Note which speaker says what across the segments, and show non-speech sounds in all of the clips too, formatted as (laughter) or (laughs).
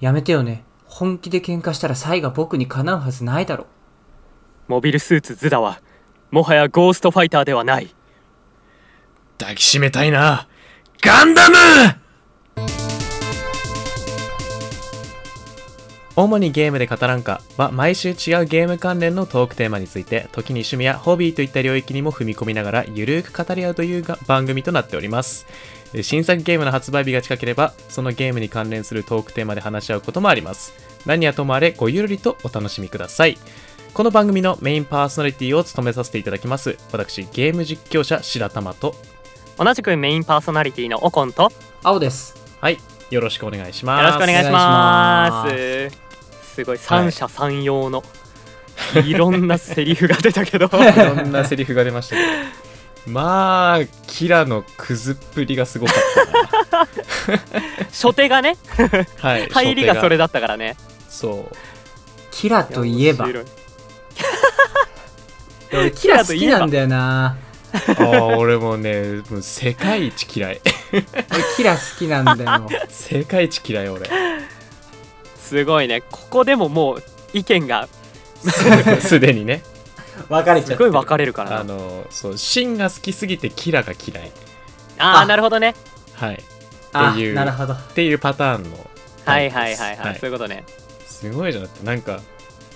Speaker 1: やめてよね。本気で喧嘩したらサイが僕にかなうはずないだろ。
Speaker 2: モビルスーツズダはもはやゴーストファイターではない
Speaker 3: 抱きしめたいなガンダム主にゲームで語らんかは毎週違うゲーム関連のトークテーマについて時に趣味やホビーといった領域にも踏み込みながらゆるーく語り合うというが番組となっておりますえ新作ゲームの発売日が近ければそのゲームに関連するトークテーマで話し合うこともあります何はともあれごゆるりとお楽しみくださいこの番組のメインパーソナリティを務めさせていただきます私ゲーム実況者白玉と
Speaker 2: 同じくメインパーソナリティのオコンとよ
Speaker 1: 青です。
Speaker 3: はいよろしくお願いします
Speaker 2: ろしくお願いしま
Speaker 1: お
Speaker 2: すすごい三者三様の、い、ろんなセリフが出たけど
Speaker 3: いろんなセリフが出ましたけど。まあ、キラのくずっぷりがすごかっ
Speaker 2: 初手がね
Speaker 3: た。はい。
Speaker 2: (laughs) 入りがそれだったからね
Speaker 3: 初手が。そう。
Speaker 1: キラといえば
Speaker 2: 面。白い
Speaker 1: 俺キラ好きなんだよな。
Speaker 3: ああ、俺もね、もう世界一嫌い。 (laughs)
Speaker 1: 俺キラ好きなんだよ。 (laughs)
Speaker 3: 世界一嫌い、俺。 (laughs)
Speaker 2: すごいねここでももう意見が
Speaker 3: すでにね。
Speaker 1: 別れちゃっ
Speaker 2: す
Speaker 1: て
Speaker 2: ごい
Speaker 1: る。
Speaker 2: 分かれるからな
Speaker 3: あの、そう、シンが好きすぎてキラが嫌い。
Speaker 2: ああ
Speaker 1: あ
Speaker 2: なるほどね
Speaker 3: はい。っ
Speaker 1: あ
Speaker 3: っていう
Speaker 1: なるほど。
Speaker 3: ていうパターンのタ
Speaker 2: はい
Speaker 3: イプ
Speaker 2: は
Speaker 3: で
Speaker 2: い
Speaker 3: す。
Speaker 2: はいはい、そういうことね
Speaker 3: すごいじゃなくて、なんか、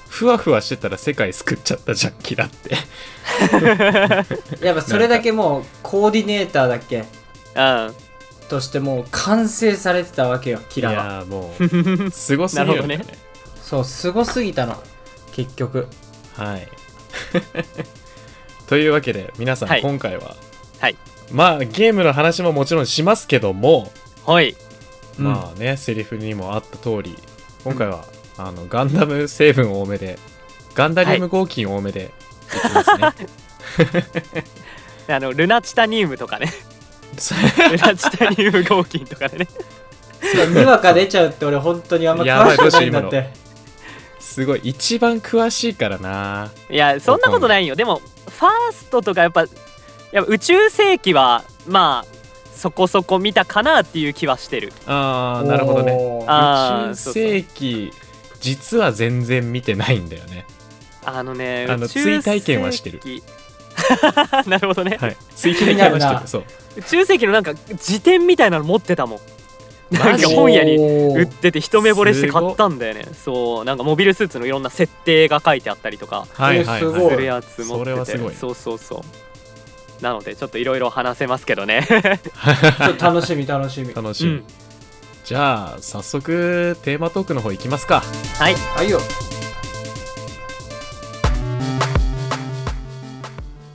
Speaker 3: ふわふわしてたら世界救っちゃったじゃん、キラって。
Speaker 1: やっぱそれだけもうコーディネーターだっけ
Speaker 2: う
Speaker 1: としてもう完成されてたわけよ、キラ
Speaker 3: い
Speaker 1: は。
Speaker 3: やーも
Speaker 2: ん
Speaker 3: う、すごすぎるよ
Speaker 2: (laughs) なる
Speaker 3: ね
Speaker 2: ほど。
Speaker 1: そう、すごすぎたの。結局。
Speaker 3: はい。 (laughs) というわけで皆さん、
Speaker 2: はい
Speaker 3: 今回は、
Speaker 2: はい
Speaker 3: まあゲームの話ももちろんしますけども、
Speaker 2: はい
Speaker 1: うん
Speaker 3: まあねセリフにもあった通り今回は、あのガンダム成分多めでガンダリウム合金多めで、いきますね
Speaker 2: あのルナチタニウムとかね
Speaker 3: そう
Speaker 2: ルナチタニウム合金とかでね
Speaker 1: にわか出ちゃうって俺本当にあんま詳しくないんだっ
Speaker 3: や
Speaker 1: て。
Speaker 3: (laughs) すごい一番詳しいからない
Speaker 2: やそんなことないよでもファーストとかやっぱやっぱ宇宙世紀はまあそこそこ見たかなっていう気はしてる
Speaker 3: あーなるほどね
Speaker 1: おー
Speaker 2: あ
Speaker 3: 宇
Speaker 2: ー
Speaker 3: 宙世紀実は全然見てないんだよね
Speaker 2: あのね
Speaker 3: あの
Speaker 2: 宇宙世紀
Speaker 3: 追体験はしてる
Speaker 2: (laughs) なるほどね、
Speaker 3: はい (laughs) 追体験は
Speaker 1: 気に
Speaker 3: し
Speaker 1: なる
Speaker 3: てる
Speaker 1: な
Speaker 3: そう
Speaker 2: 宇宙世紀のなんか辞典みたいなの持ってたもんな
Speaker 3: マ
Speaker 2: ん
Speaker 3: ジ
Speaker 2: か本屋に
Speaker 1: お
Speaker 2: 売っ
Speaker 1: ー
Speaker 2: てて一目惚れして買ったんだよねそうなんかモビルスーツのいろんな設定が書いてあったりとか
Speaker 3: はいはい、
Speaker 1: えーす
Speaker 3: は
Speaker 1: ごい
Speaker 2: するやつ持ってて
Speaker 3: それはすごい
Speaker 2: そうそうそうなのでちょっといろいろ話せますけどね
Speaker 1: ちょっと楽しみ楽しみ。
Speaker 3: 楽し
Speaker 2: う
Speaker 3: み、
Speaker 2: ん
Speaker 3: じゃあ早速テーマトークの方いきますか
Speaker 2: はい
Speaker 1: あいいよ。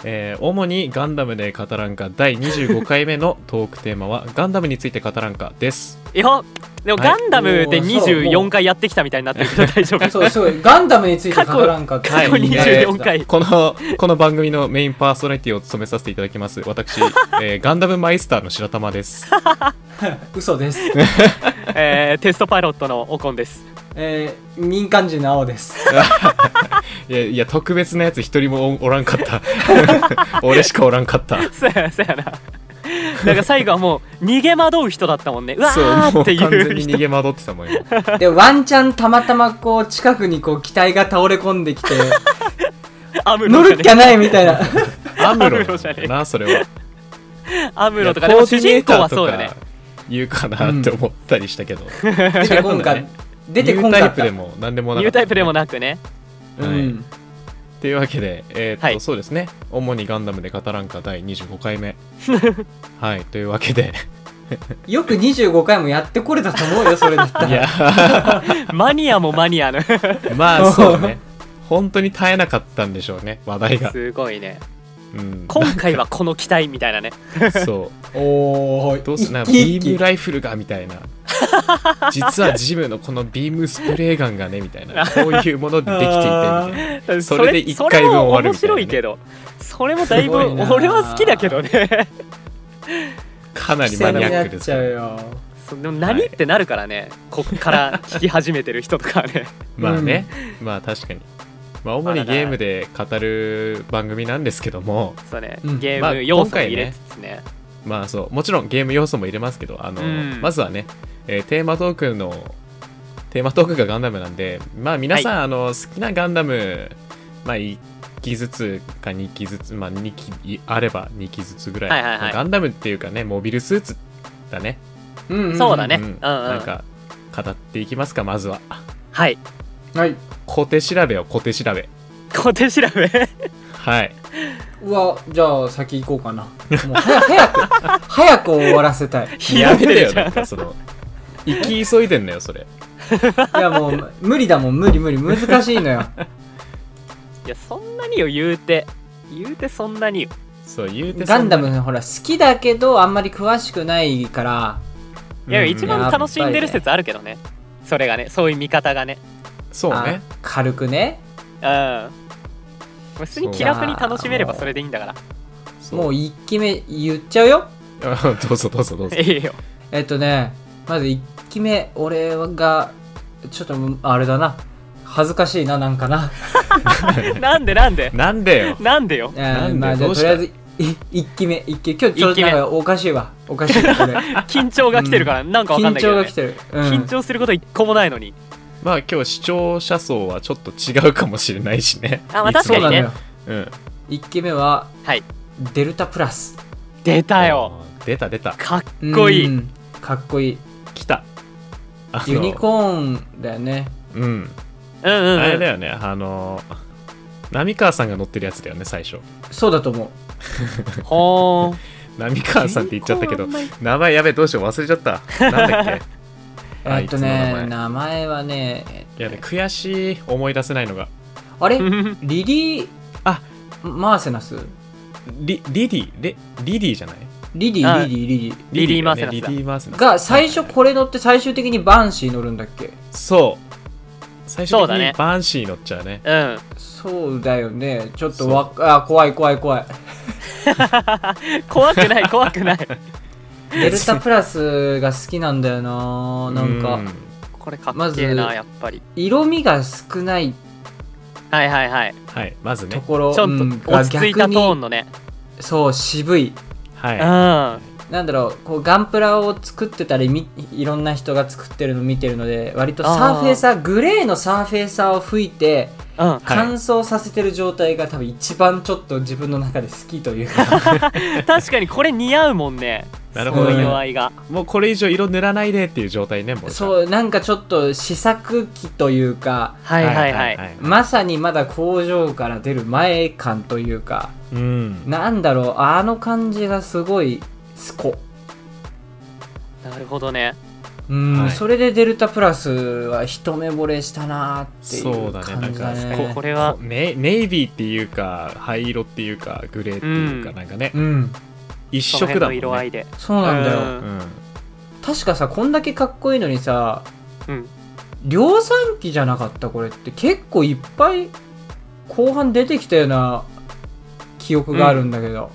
Speaker 3: えー主にガンダムで語らんか第25回目のトークテーマはガンダムについて語らんかです
Speaker 2: いやでもガ
Speaker 3: はい
Speaker 2: ンダムで
Speaker 1: おーそうも
Speaker 2: 24
Speaker 1: う
Speaker 2: 回やってきたみたいになってるけど大丈夫
Speaker 1: そう、すごい。ガンダムについて語らんかった。
Speaker 2: 過去 (laughs)
Speaker 3: はい
Speaker 2: 24回
Speaker 3: このこの番組のメインパーソナリティを務めさせていただきます私、えーガンダムマイスターの白玉です
Speaker 1: (laughs) 嘘です。
Speaker 2: えーテストパイロットのオコンです
Speaker 1: えー、民間人の青です。
Speaker 3: いやいや特別なやつ一人もおおらんかった (laughs) 俺しかおらんかった
Speaker 2: そうやそうやななんか最後はもう逃げ惑う人だったもんねうわ
Speaker 3: も
Speaker 2: ー
Speaker 3: う
Speaker 2: ってい
Speaker 3: 完全
Speaker 2: う
Speaker 3: に
Speaker 2: 人
Speaker 3: 逃げ惑ってたもん今
Speaker 1: で、ワンチャンたまたまこう、近くにこう、機体が倒れ込んで
Speaker 3: (laughs)
Speaker 1: きて、
Speaker 2: アム
Speaker 1: 乗
Speaker 2: ロ
Speaker 1: るっ
Speaker 2: じ
Speaker 1: き
Speaker 2: ゃ
Speaker 1: ゃ
Speaker 2: ね
Speaker 1: ないみたいな。
Speaker 3: アム
Speaker 2: (laughs)
Speaker 3: ロ
Speaker 2: アムロじゃねえ
Speaker 3: だなそれは
Speaker 2: アムロとか
Speaker 3: い
Speaker 2: で
Speaker 3: や
Speaker 2: も主人公はそうよね
Speaker 3: コーディネーターとか言うかなって思ったりしたけど、
Speaker 1: 出てこんか
Speaker 3: ね、
Speaker 1: 出てこ
Speaker 3: ニュ
Speaker 1: ん
Speaker 3: ータ
Speaker 1: か
Speaker 3: イ
Speaker 1: った
Speaker 3: プで。も何でもな
Speaker 2: ニュ
Speaker 3: かっ
Speaker 2: ー
Speaker 3: た
Speaker 2: タイプでもなくね
Speaker 1: う
Speaker 3: はい
Speaker 1: ん。
Speaker 3: というわけで、えーっと
Speaker 2: はい
Speaker 3: そうですね主にガンダムで語らんか第25
Speaker 1: (laughs)
Speaker 3: 回目はいというわけで
Speaker 1: よく25回もやってこれたと思うよ、それだったら。
Speaker 3: いや
Speaker 2: マニアもマニアの
Speaker 3: まあそうね (laughs) 本当に絶えなかったんでしょうね話題が、
Speaker 2: すごいね
Speaker 3: うん、
Speaker 2: 今回はこの機体みたいなね
Speaker 3: そ
Speaker 1: おー、
Speaker 3: うどうすなんか
Speaker 1: 一
Speaker 3: ビ
Speaker 1: 気一
Speaker 3: ーム
Speaker 1: 気
Speaker 3: ライフルがみ
Speaker 1: (laughs)
Speaker 3: たいな実はジムのこのビームスプレーガンがねみた
Speaker 1: (laughs)
Speaker 3: いなこういうものでできていてみたいなそれで一回分終わるみた
Speaker 2: そ
Speaker 3: い
Speaker 2: れも
Speaker 3: な
Speaker 2: 面白
Speaker 3: ね
Speaker 2: いけどそれもだいぶ
Speaker 1: すごいな
Speaker 2: 俺は好きだけどね
Speaker 3: かなり
Speaker 1: 癖
Speaker 3: マ
Speaker 1: に
Speaker 3: ニア
Speaker 1: なっ
Speaker 3: ックです
Speaker 1: ち
Speaker 3: け
Speaker 1: ゃ
Speaker 3: ど
Speaker 1: うよ。
Speaker 2: そうでも何、
Speaker 3: はい
Speaker 2: ってなるからねこっから聞き始めてる人とか
Speaker 1: (laughs)
Speaker 2: はね
Speaker 3: まあね、まあ確かにまあ主にゲームで語る番組なんですけども、
Speaker 2: そうね
Speaker 1: うん
Speaker 2: ゲ
Speaker 3: ま
Speaker 2: ー
Speaker 3: あ
Speaker 2: ム要
Speaker 3: 今
Speaker 2: 素も
Speaker 3: 回ね
Speaker 2: 入れつつね,、
Speaker 3: まあそうもちろんゲーム要素も入れますけどあの、
Speaker 2: うん
Speaker 3: まずはね、えーテーマトークのテーマトークがガンダムなんで、まあ皆さん、あの、好きなガンダム、まあ1機ずつか2機ずつ、まあ2機あれば2機ずつぐらい。
Speaker 2: はいはいはい
Speaker 3: まあガンダムっていうかね、モビルスーツだね。
Speaker 1: うんんん
Speaker 2: そうだね
Speaker 3: ん
Speaker 2: うんうん
Speaker 3: なんか、語っていきますか、まずは。
Speaker 2: はい
Speaker 1: はい
Speaker 3: 小手調べを小手調べ。
Speaker 2: 小手調べ
Speaker 3: はい。
Speaker 1: うわじゃあ先行こうかなもう早早く早く終わらせたい
Speaker 2: ひ
Speaker 3: や
Speaker 2: よって
Speaker 3: めて
Speaker 2: る
Speaker 3: よ、
Speaker 2: じゃ
Speaker 3: な
Speaker 2: ん
Speaker 3: んかその、行き急いでんのよ、それ。
Speaker 1: いやもう無理だもん無理無理難しいのよ
Speaker 2: (laughs) いやそんなによ言うて言うてそんなによ
Speaker 3: そう、言うて
Speaker 1: ガンダ
Speaker 3: ム、
Speaker 1: ムほら好きだけどあんまり詳しくないから
Speaker 2: いや
Speaker 3: うん
Speaker 2: 一番楽しんでる説あるけどねそれがねそういう見方がね
Speaker 3: そう
Speaker 1: あ
Speaker 3: ね。
Speaker 1: 軽くね
Speaker 2: うん普通に気楽に楽しめればそれでいいんだから
Speaker 3: そう
Speaker 1: もう1期目言っちゃうよ
Speaker 3: あ (laughs) どうぞどうぞどうぞ。
Speaker 2: いいよ
Speaker 1: えっとねまず1期目俺がちょっとあれだな恥ずかしいななんかな、
Speaker 2: なんでなんで
Speaker 3: なんでよ。
Speaker 2: なんでよ
Speaker 1: えー
Speaker 3: なんで
Speaker 1: まあじゃ
Speaker 3: ど
Speaker 1: あ
Speaker 3: うし
Speaker 1: と
Speaker 3: た
Speaker 1: りあえず1期目1期今日ちょっと
Speaker 2: 一期目
Speaker 1: なんかおかしいわおかしいこれ
Speaker 2: 緊張が来てるからなんかわか
Speaker 1: 緊
Speaker 2: んないけ
Speaker 1: 張
Speaker 2: ど、
Speaker 1: が
Speaker 2: ね
Speaker 1: 来、てる、うん
Speaker 2: 緊張すること一個もないのに
Speaker 3: まあ今日視聴者層はちょっと違うかもしれないしね。
Speaker 2: あまあ
Speaker 3: いつも
Speaker 1: そうなの
Speaker 2: 確かに
Speaker 1: よ
Speaker 2: ね
Speaker 3: うん。
Speaker 1: 1期目は
Speaker 2: はい
Speaker 1: デルタプラス
Speaker 2: 出たよ
Speaker 3: あー。出た出た。
Speaker 2: かっこいい、
Speaker 1: うんかっこいい
Speaker 3: 来た。あの
Speaker 1: ユニコーンだよね
Speaker 3: うん。
Speaker 2: うんうんうん
Speaker 3: あれだよね。あの、浪川さんが乗ってるやつだよね、最初。
Speaker 1: そうだと思う
Speaker 2: ほーん
Speaker 3: 浪川さんって言っちゃったけど
Speaker 2: ユニコーン、
Speaker 3: 名前やべえ、どうしよう、忘れちゃった。な
Speaker 1: (laughs)
Speaker 3: んだっけあ
Speaker 1: え
Speaker 3: い
Speaker 1: っ
Speaker 3: つ
Speaker 1: と
Speaker 3: の名前
Speaker 1: ね名前はねえっ
Speaker 3: いやね、悔しい、思い出せないのが。
Speaker 1: とあれ
Speaker 2: うん
Speaker 1: リリー
Speaker 3: あ
Speaker 1: マーセナス
Speaker 3: リリディ、リリディじゃない
Speaker 1: リリ
Speaker 2: は
Speaker 1: ー
Speaker 2: い
Speaker 1: リリーリリー
Speaker 2: リディ
Speaker 3: だよ
Speaker 2: マーセナス
Speaker 3: ね
Speaker 2: だ
Speaker 3: リディマーセナス。
Speaker 1: が最初これ乗って最終的にバンシー乗るんだっけ
Speaker 3: そう。最
Speaker 2: そ
Speaker 3: 初
Speaker 2: うだ
Speaker 3: に
Speaker 2: ね
Speaker 3: バンシー乗っちゃうね。
Speaker 2: うん
Speaker 1: そうだよねちょっとわあ怖い怖い怖い
Speaker 2: 怖くない怖くない
Speaker 1: デルタプラスが好きなんだよななん
Speaker 3: う
Speaker 1: か
Speaker 2: これかっけえな、
Speaker 1: まず
Speaker 2: やっぱり
Speaker 1: 色味が少ない
Speaker 2: はいはいはいち
Speaker 3: はい、まず
Speaker 1: と
Speaker 3: ね。
Speaker 1: ころ
Speaker 2: ょっと
Speaker 1: うんが
Speaker 2: 落ち着いた
Speaker 1: 逆に
Speaker 2: トーンのね
Speaker 1: そう渋い
Speaker 3: はい。
Speaker 2: う
Speaker 1: なんだろうこうガンプラを作ってたりみいろんな人が作ってるの見てるので割とサーフェーサーグレーのサーフェーサーを吹いて
Speaker 2: んうん
Speaker 3: はい
Speaker 1: 乾燥させてる状態が多分一番ちょっと自分の中で好きという
Speaker 3: (laughs)
Speaker 1: か
Speaker 2: 確かにこれ似合うもんね
Speaker 3: なる
Speaker 2: こ
Speaker 3: ほ
Speaker 2: の
Speaker 3: どね。
Speaker 2: 色合いが
Speaker 3: もうこれ以上色塗らないでっていう状態ね、もう。う。
Speaker 1: そうなんかちょっと試作機というか
Speaker 2: はいはいはい
Speaker 1: まさにまだ工場から出る前感というか
Speaker 3: うん。
Speaker 1: なんだろうあの感じがすごいスコ
Speaker 2: なるほどね
Speaker 1: うん、
Speaker 3: はい
Speaker 1: それでデルタプラスは一目惚れしたなってい
Speaker 3: そう
Speaker 1: う
Speaker 3: だね
Speaker 1: 感じだね
Speaker 3: なんか
Speaker 2: これは
Speaker 3: ね、ネイビーっていうか、灰色っていうか、グレーっていうか、
Speaker 2: うん
Speaker 3: なんかね、
Speaker 1: うん
Speaker 3: 一
Speaker 2: その
Speaker 3: 色
Speaker 2: 辺の
Speaker 3: だもん
Speaker 2: 色合
Speaker 3: ね。
Speaker 2: いで
Speaker 1: そうなんだよ、
Speaker 2: うん
Speaker 3: うん。
Speaker 1: 確かさこんだけかっこいいのにさ
Speaker 2: うん
Speaker 1: 量産機じゃなかったこれって結構いっぱい後半出てきたような記憶があるんだけど、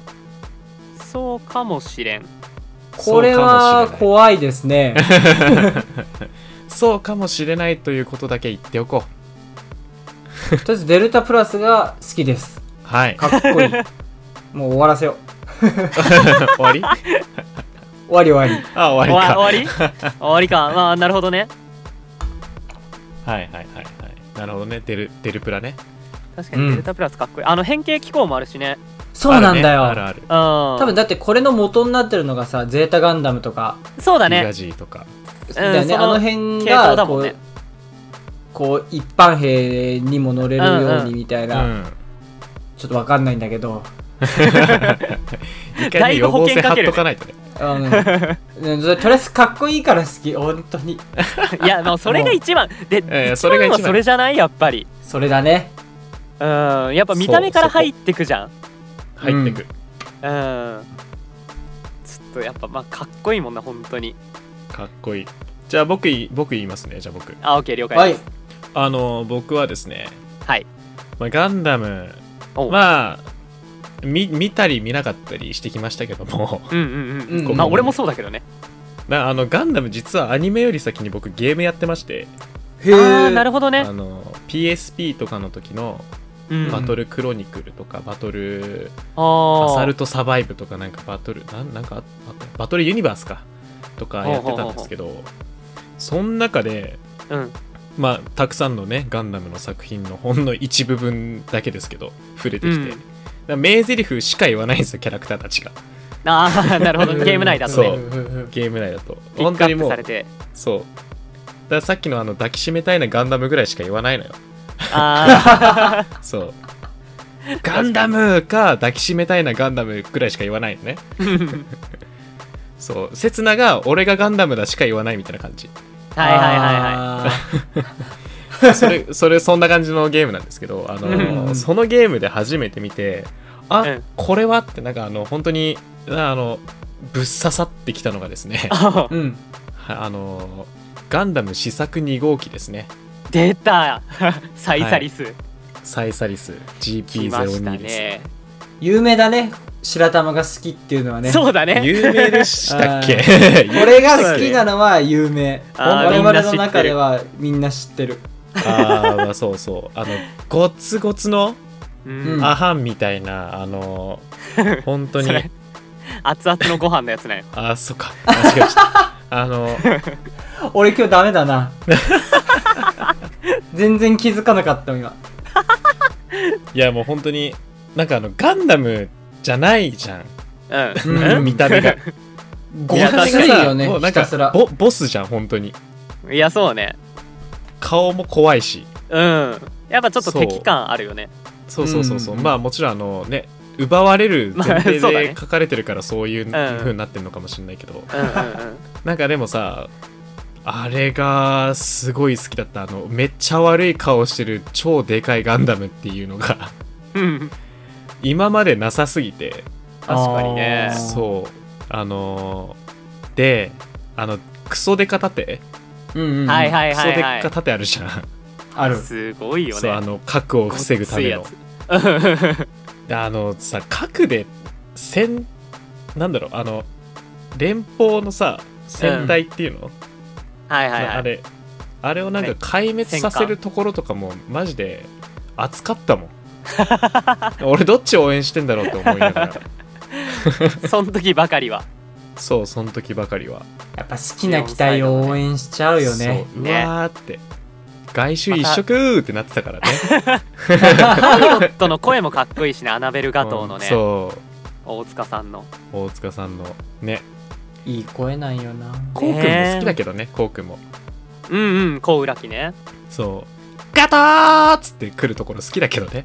Speaker 2: そうかもしれん
Speaker 1: これは怖いですね
Speaker 3: そうかもしれないということだけ言っておこ
Speaker 1: とりあえずデルタプラスが好きです
Speaker 3: う。はい。
Speaker 1: かっこいいもう終わらせよう
Speaker 3: (laughs) 終わり
Speaker 1: 終わり終わり
Speaker 3: あ、終
Speaker 2: 終
Speaker 3: わり
Speaker 2: わ
Speaker 3: か。
Speaker 2: 終
Speaker 3: (laughs)
Speaker 2: わり終わりかまあなるほどね
Speaker 3: はいはいはいはい。なるほどね、デルデルプラね。
Speaker 2: 確かにデルタプラスかっこいい、あの変形機構もあるしね
Speaker 1: そうなんだよ、
Speaker 3: あるねあるある。
Speaker 2: うん多
Speaker 1: 多分だってこれの元になってるのがさゼータガンダムとか
Speaker 2: そうだ
Speaker 3: ギ
Speaker 2: ね
Speaker 3: ガジーとか。
Speaker 1: だよね、
Speaker 2: その
Speaker 1: あの辺
Speaker 2: 系統
Speaker 1: が
Speaker 2: だ
Speaker 1: こ
Speaker 2: も
Speaker 1: う,、
Speaker 2: んね
Speaker 1: こう一般兵にも乗れるよう
Speaker 2: うんう
Speaker 1: に
Speaker 2: ん
Speaker 1: みたいうな、
Speaker 3: ん。
Speaker 1: ちょっとわかんないんだけど、
Speaker 3: (laughs) 一回
Speaker 2: だ
Speaker 3: ね、
Speaker 2: い
Speaker 3: 予
Speaker 2: ぶ保
Speaker 3: 防線
Speaker 2: 険か
Speaker 3: 貼っ
Speaker 2: けるね
Speaker 3: とかないとね。
Speaker 1: あのうんとりあえずかっこいいから好き本当に
Speaker 2: いやもうそれが一番
Speaker 3: (laughs)
Speaker 2: で、
Speaker 3: ええ
Speaker 2: 一
Speaker 3: それが一
Speaker 2: 番は
Speaker 3: 番
Speaker 2: それじゃないやっぱり
Speaker 1: それだね
Speaker 2: うんやっぱ見た目から入ってくじゃん
Speaker 3: 入ってく。
Speaker 2: うんちょっとやっぱまあかっこいいもんな本当に
Speaker 3: かっこいい。じゃあ僕い、僕言いますね。じゃあ僕。
Speaker 2: あ OK 了
Speaker 1: は
Speaker 2: 解
Speaker 1: い
Speaker 2: です
Speaker 3: あの、僕はですね、
Speaker 2: はい、
Speaker 3: まあ、ガンダム、
Speaker 2: おう
Speaker 3: まあ、見見たり見なかったりしてきましたけども (laughs)
Speaker 2: うんうんうん、
Speaker 1: うん
Speaker 2: まあ俺もそうだけどね
Speaker 3: なあのガンダム実はアニメより先に僕ゲームやってまして
Speaker 1: へ
Speaker 2: ああなる
Speaker 1: ほ
Speaker 2: ほどね
Speaker 3: あの PSP とかの時の
Speaker 2: うん
Speaker 3: バトルクロニクルとかバトル
Speaker 2: あ
Speaker 3: ア
Speaker 2: ー
Speaker 3: サルトサバイブとかなんかバトルなんなんかああったバトルユニバースかとかやってたんですけどその中で
Speaker 2: うん
Speaker 3: まあたくさんのねガンダムの作品のほんの一部分だけですけど触れてきて、
Speaker 2: うん
Speaker 3: だから名台詞しか言わないんですよキャラクターたちが
Speaker 2: ああなるほどゲーム内だと
Speaker 3: そう
Speaker 2: ね
Speaker 3: ゲーム内だと
Speaker 2: ピックアップされて
Speaker 3: そうだからさっきのあの抱きしめたいなガンダムぐらいしか言わないのよ
Speaker 2: あ
Speaker 3: そう
Speaker 2: (laughs)
Speaker 3: ガンダムか抱きしめたいなガンダムぐらいしか言わないのね (laughs)
Speaker 2: あ
Speaker 3: そう刹那が俺がガンダムだしか言わないみたいな感じ
Speaker 2: はいはいはいはい
Speaker 1: はい
Speaker 3: それそれそんな感じのゲームなんですけどあの、
Speaker 1: うん
Speaker 3: そのゲームで初めて見てあ、
Speaker 2: うん
Speaker 3: これはってなんかあの本当にあのぶっ刺さってきたのがですね
Speaker 2: あ
Speaker 1: い。うん。
Speaker 3: (laughs) はあのガンダム試作2号機ですね
Speaker 2: (laughs) 出たサイサリス、
Speaker 3: サイサリス
Speaker 2: 来ました
Speaker 3: GP02 です、
Speaker 2: ね
Speaker 1: 有名だね。白玉が好きっていうのはね。
Speaker 2: そうだね
Speaker 3: 有名でしたっけ
Speaker 1: 俺が好きなのは有名。
Speaker 2: あー
Speaker 1: 我々の
Speaker 2: みんな知って
Speaker 1: 中
Speaker 2: る
Speaker 1: ではみんな知ってる。
Speaker 3: (laughs) あー、まあそうそうあのごつごつの
Speaker 2: うん
Speaker 3: アハンみたいなあの本当に
Speaker 2: それ熱々のご飯のやつね
Speaker 3: あそっか間違えましたあの
Speaker 1: 俺今日ダメだ
Speaker 2: (laughs)
Speaker 1: な。全然気づかなかったもん今。
Speaker 3: いやもう本当になんかあのガンダムじゃないじゃん
Speaker 2: うん
Speaker 1: うん
Speaker 3: 見た目が
Speaker 1: ご
Speaker 3: 見た
Speaker 1: つ
Speaker 3: 目が
Speaker 1: い
Speaker 3: さ
Speaker 1: よね。
Speaker 3: もうな
Speaker 1: ひ
Speaker 3: んか
Speaker 1: たすら。
Speaker 3: ボボスじゃん本当に
Speaker 2: いやそうね
Speaker 3: 顔も怖いし
Speaker 2: うんやっぱちょっと敵感あるよね
Speaker 3: そうそうそうそう、
Speaker 1: うん
Speaker 3: まあもちろんあのね奪われる前提
Speaker 2: まあそうだ
Speaker 3: で
Speaker 2: ね
Speaker 3: 書かれてるからそういう
Speaker 2: うん
Speaker 3: 風になってるのかもしれないけど、
Speaker 2: うんうんうん
Speaker 3: なんかでもさあれがすごい好きだったあのめっちゃ悪い顔してる超でかいガンダムっていうのが
Speaker 2: うん
Speaker 3: 今までなさすぎて
Speaker 2: 確かにね
Speaker 1: あー
Speaker 3: そうあのーであのクソデカ盾
Speaker 1: うんうんうん。
Speaker 2: はいはい
Speaker 3: クソ
Speaker 2: は
Speaker 3: デ
Speaker 2: い、はい
Speaker 3: カ、盾あるじゃん、
Speaker 1: ある。
Speaker 2: すごいよね
Speaker 3: そうあの核を防ぐための
Speaker 2: ごっついやつ
Speaker 3: であのさ核で戦なんだろうあの連邦のさ戦隊っていうの、
Speaker 2: はいはいはい
Speaker 3: あれあれをなんか壊滅させるところとかもマジで熱かったもん
Speaker 2: (laughs)
Speaker 3: 俺どっち応援してんだろうって思いながら
Speaker 2: その時ばかりは
Speaker 3: そうその時ばかりは
Speaker 1: やっぱ好きな機体を応援しちゃうよね。
Speaker 3: そうう
Speaker 2: ね
Speaker 3: わーって、外周一色ーってなってたからね (laughs)
Speaker 2: パイロットの声もかっこいいしねアナベル・ガトーの
Speaker 3: うん
Speaker 2: ね
Speaker 3: そ
Speaker 2: 大塚さんの
Speaker 3: う大塚さんのね
Speaker 1: いい声なんよな。
Speaker 3: こうくんも好きだけどねこうくんも
Speaker 2: うんうん小浦木ね
Speaker 3: そうガターっつって来るところ好きだけどね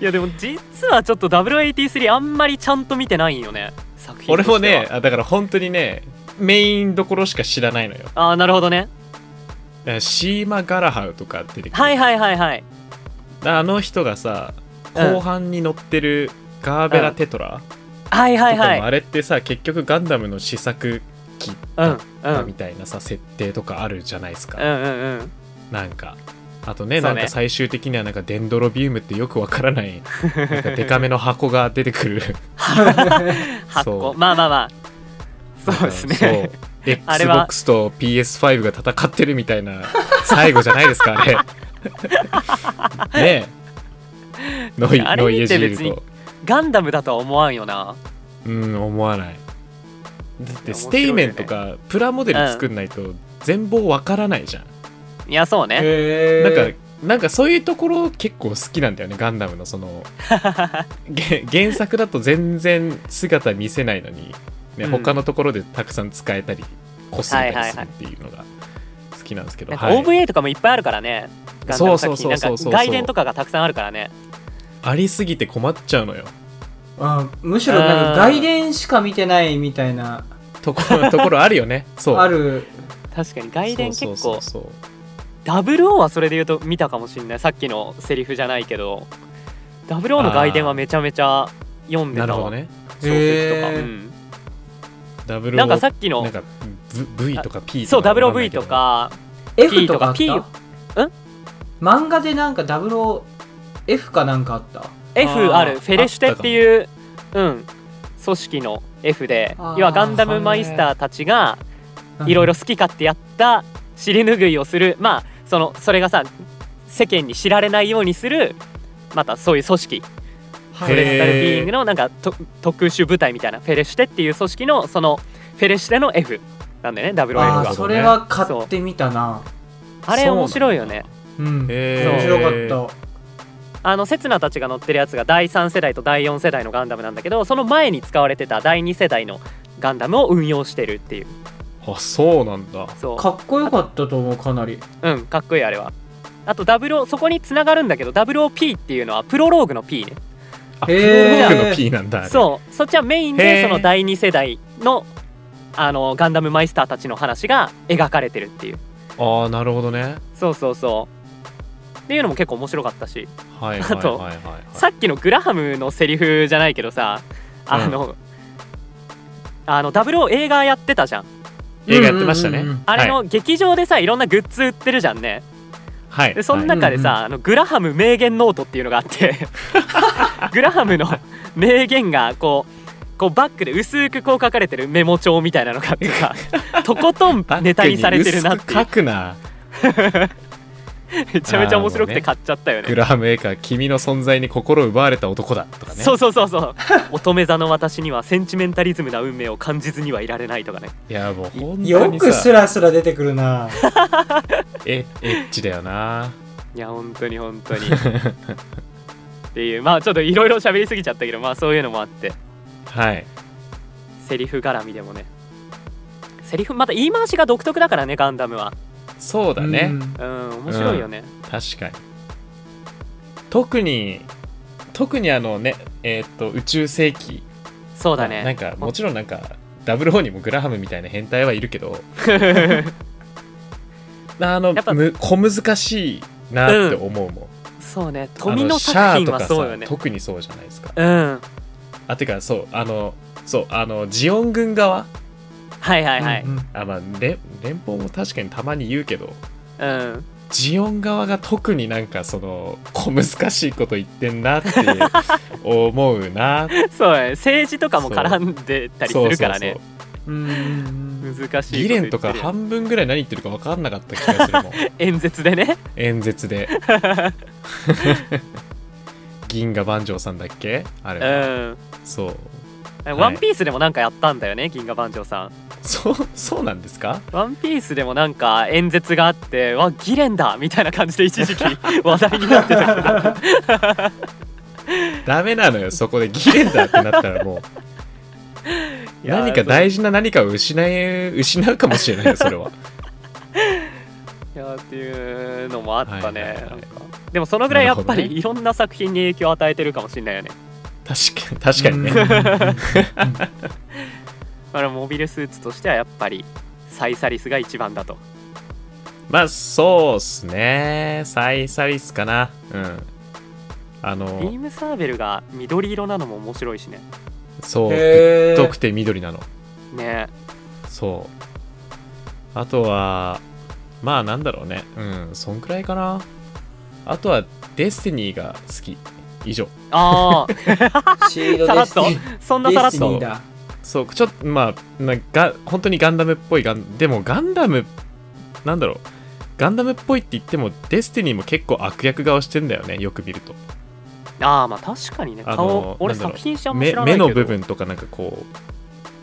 Speaker 2: いやでも実はちょっと083あんまりちゃんと見てないんよね作品と
Speaker 3: (laughs) 俺
Speaker 2: しては
Speaker 3: もねあだから本当にねメインどころしか知らないのよだか
Speaker 2: ああなるほどね
Speaker 3: らシーマ・ガラハウとか出てくる
Speaker 2: はいはいはいはい
Speaker 3: あの人がさ
Speaker 2: うん
Speaker 3: 後半に乗ってるガーベラ・テトラ
Speaker 2: はい
Speaker 3: と
Speaker 2: は
Speaker 3: か
Speaker 2: い
Speaker 3: も
Speaker 2: はい
Speaker 3: あれってさ結局ガンダムの試作機
Speaker 2: うんう
Speaker 3: だっ
Speaker 2: ん
Speaker 3: たみたいなさ設定とかあるじゃないですか、
Speaker 2: うんうんうん
Speaker 3: なんかあとね
Speaker 2: そ
Speaker 3: な
Speaker 2: うんね
Speaker 3: か最終的にはなんかデンドロビウムってよくわからない
Speaker 2: (laughs)
Speaker 3: なんかデカめの箱が出てくる
Speaker 2: 発
Speaker 3: そう
Speaker 2: 行まあまあまあそうですね
Speaker 3: そう
Speaker 2: あれは
Speaker 3: XBOX と PS5 が戦ってるみたいな最後じゃないですかあれ
Speaker 2: (laughs)
Speaker 3: ねえノイ
Speaker 2: あれ
Speaker 3: ノイエ
Speaker 2: 見て
Speaker 3: ジー
Speaker 2: 別
Speaker 3: ル
Speaker 2: に
Speaker 3: ド
Speaker 2: ガンダムだとは思わんよな
Speaker 3: うん思わない
Speaker 2: 面
Speaker 3: だって
Speaker 2: 白いよね
Speaker 3: ステイメンとかプラモデル作んないと全貌わからないじゃん、
Speaker 2: いやそうね
Speaker 1: へ
Speaker 3: なん
Speaker 1: ー
Speaker 3: かなんかそういうところ結構好きなんだよねガンダムの
Speaker 2: (laughs)
Speaker 3: そのげ原作だと全然姿見せないのに、ね
Speaker 2: うん
Speaker 3: 他のところでたくさん使えたりこすったりするっていうのが好きなんですけど、
Speaker 2: なんか
Speaker 3: はい
Speaker 2: OVA とかもいっぱいあるからねガンダム作
Speaker 3: そ
Speaker 2: 品な
Speaker 3: うそうそう
Speaker 2: ん
Speaker 3: そ
Speaker 2: か
Speaker 3: うそう
Speaker 2: 外伝とかがたくさんあるからね
Speaker 3: ありすぎて困っちゃうのよ
Speaker 1: あむしろなんか外伝しか見てないみたいな
Speaker 3: ところ (laughs) ところあるよねそう
Speaker 1: ある
Speaker 2: 確かに外伝
Speaker 3: そう
Speaker 2: 結
Speaker 3: そ
Speaker 2: 構
Speaker 3: うそうそう
Speaker 2: 00はそれで言うと見たかもしれないさっきのセリフじゃないけど00の外伝はめちゃめちゃ読んで
Speaker 3: な
Speaker 2: た
Speaker 3: るほど
Speaker 2: わ
Speaker 3: ね
Speaker 2: 小説とか、
Speaker 1: へー
Speaker 3: ダブ
Speaker 2: うん、
Speaker 3: ル
Speaker 2: なんかさっき
Speaker 3: な
Speaker 2: の
Speaker 3: んか v, v とか P
Speaker 2: そう
Speaker 3: とかわかんない
Speaker 2: WV
Speaker 3: けど
Speaker 2: とか
Speaker 1: F とかあった
Speaker 2: P とか P ん
Speaker 1: 漫画でなんか 0F かなんかあった
Speaker 2: F ある
Speaker 3: あ
Speaker 2: フェレシュテっていううん組織の F で
Speaker 1: あー
Speaker 2: 要はガンダムマイスターたちが
Speaker 1: うん
Speaker 2: いろいろ好き勝手やった尻拭いをするまあそのそれがさ世間に知られないようにするまたそういう組織
Speaker 1: は
Speaker 2: フ
Speaker 3: へ
Speaker 1: い
Speaker 2: ェ
Speaker 3: ー
Speaker 2: レスタルビーイングのなんかと特殊部隊みたいなフェレシュテっていう組織のそのフェレシュテの F なんだよね WF
Speaker 1: ああ
Speaker 3: な
Speaker 2: が
Speaker 3: るほどね
Speaker 1: それは買ってみたな
Speaker 2: あれ面白いよね
Speaker 1: うん面
Speaker 3: へー
Speaker 1: 白かっ
Speaker 2: あの刹那たちが乗ってるやつが第3世代と第4世代のガンダムなんだけどその前に使われてた第2世代のガンダムを運用してるっていう
Speaker 3: あそうなんだ
Speaker 2: そ
Speaker 1: たかっこよかったと思うかなり
Speaker 2: ううんかっこいいあれはあと00そこに繋がるんだけど 00P っていうのはプロローグの P ね
Speaker 3: あプロロ
Speaker 1: へー
Speaker 3: ーグの P なんだあれ
Speaker 2: そうそっちはメイン
Speaker 3: へー
Speaker 2: でその第2世代のあのガンダムマイスターたちの話が描かれてるっていう
Speaker 3: ああなるほどね
Speaker 2: そうそうそうっていうのも結構面白かったし
Speaker 3: はいはい
Speaker 2: あと
Speaker 3: はいはいはい
Speaker 2: さっきのグラハムのセリフじゃないけどさあの、あの00映画やってたじゃん
Speaker 3: 映画やってましたね
Speaker 1: うんうんうんうん
Speaker 2: あれ
Speaker 3: はい
Speaker 2: の劇場でさいろんなグッズ売ってるじゃんね
Speaker 3: はい
Speaker 2: でその
Speaker 3: はい
Speaker 2: 中でさ、
Speaker 1: は
Speaker 2: あのグラハム名言ノートっていうのがあって
Speaker 3: (laughs)
Speaker 2: グラハムの名言がこうこうバックで薄くこう書かれてるメモ帳みたいなのがあって
Speaker 3: (laughs)
Speaker 2: さとことんネタにされてるなってい
Speaker 3: バッ
Speaker 2: う
Speaker 3: グに薄く書くな
Speaker 2: めちゃめちゃ面白くて買っちゃったよね
Speaker 3: グラハム・エイカー君の存在に心を奪われた男だとかね
Speaker 2: そうそうそうそう乙女座の私にはセンチメンタリズムな運命を感じずにはいられないとかね
Speaker 3: いやもう本当
Speaker 1: よ
Speaker 3: に
Speaker 1: くス
Speaker 3: さ
Speaker 1: ラスラ出てくるな
Speaker 3: えエッチだよない
Speaker 2: や本当に本当
Speaker 3: (laughs)
Speaker 2: にっていうまあちょっといろいろ喋りすぎちゃったけどまあそういうのもあって
Speaker 3: はい
Speaker 2: セリフ絡みでもねセリフまた言い回しが独特だからねガンダムは
Speaker 3: そうだね、
Speaker 1: うん
Speaker 2: うん面白いよね、
Speaker 3: 確かに特に特にあのねえーっと宇宙世紀
Speaker 2: そうだね
Speaker 3: なんかもちろんなんかダブルオーにもグラハムみたいな変態はいる
Speaker 2: (laughs)
Speaker 3: けどあの
Speaker 2: やっぱ
Speaker 3: む小難しいなって思うもん、
Speaker 2: そうね
Speaker 3: あ
Speaker 2: 富の作品は
Speaker 3: シャア
Speaker 2: そうよね
Speaker 3: 特にそうじゃないですか
Speaker 2: うん
Speaker 3: あてかそうあのそうあのジオン軍側
Speaker 2: はいはいはい
Speaker 1: うんうん
Speaker 3: あまあ連連邦も確かにたまに言うけど
Speaker 2: うん
Speaker 3: ジオン側が特になんかその小難しいこと言ってんなって思うな
Speaker 2: (laughs) そうだね政治とかも絡んでたりするからね
Speaker 1: うんうんうん
Speaker 2: 難しいこと言って
Speaker 3: 議
Speaker 2: るよ
Speaker 3: 連とか半分ぐらい何言ってるか分かんなかった気がするもん
Speaker 2: 演説でね
Speaker 3: 演
Speaker 2: (laughs)
Speaker 3: 説で銀河万丈さんだっけあれ
Speaker 2: う
Speaker 3: は、
Speaker 2: ん
Speaker 3: そう
Speaker 2: ワンピースでもなんかやったんだよね銀河番長さん
Speaker 3: そうそうなんですか
Speaker 2: ワンピースでもなんか演説があってわ議連だみたいな感じで一
Speaker 3: (laughs)
Speaker 2: 時期話題になってたけど
Speaker 3: ダメなのよそこで議連だってなったらもう
Speaker 2: いや
Speaker 3: 何か大事な何かを失え失うかもしれないよそれは
Speaker 2: いやーっていうのもあったね、
Speaker 3: はいはいはい
Speaker 2: なんかでもそのぐらいやっぱ
Speaker 3: なるほど
Speaker 2: り
Speaker 3: ね
Speaker 2: いろんな作品に影響を与えてるかもしれないよね
Speaker 3: 確かに確かにね、
Speaker 2: だからモビルスーツとしてはやっぱりサイサリスが一番だと
Speaker 3: まあそうっすねサイサリスかなうんあ
Speaker 2: ビー
Speaker 3: の
Speaker 2: ムサーベルが緑色なのも面白いしね
Speaker 3: そうぶっ
Speaker 1: へ
Speaker 3: とく
Speaker 1: ー
Speaker 3: て緑なの (laughs)
Speaker 2: ね
Speaker 3: そうあとはまあなんだろうねうんそんくらいかなあとはデスティニーが好き以上
Speaker 2: ああ
Speaker 1: シード
Speaker 2: さら
Speaker 1: で
Speaker 2: っ
Speaker 1: す
Speaker 2: とそんなさらっ
Speaker 1: デスティ
Speaker 2: と
Speaker 1: ニーだ
Speaker 3: そうちょっとまあなんか本当にガンダムっぽいガンでもガンダムなんだろうガンダムっぽいって言ってもデスティニーも結構悪役顔してんだよねよく見ると
Speaker 2: ああまあ確かにね
Speaker 3: あの
Speaker 2: 顔、俺
Speaker 3: なんだろう
Speaker 2: 作品しかも知
Speaker 3: 目
Speaker 2: らない
Speaker 3: 目
Speaker 2: けど
Speaker 3: の部分とかなんかこう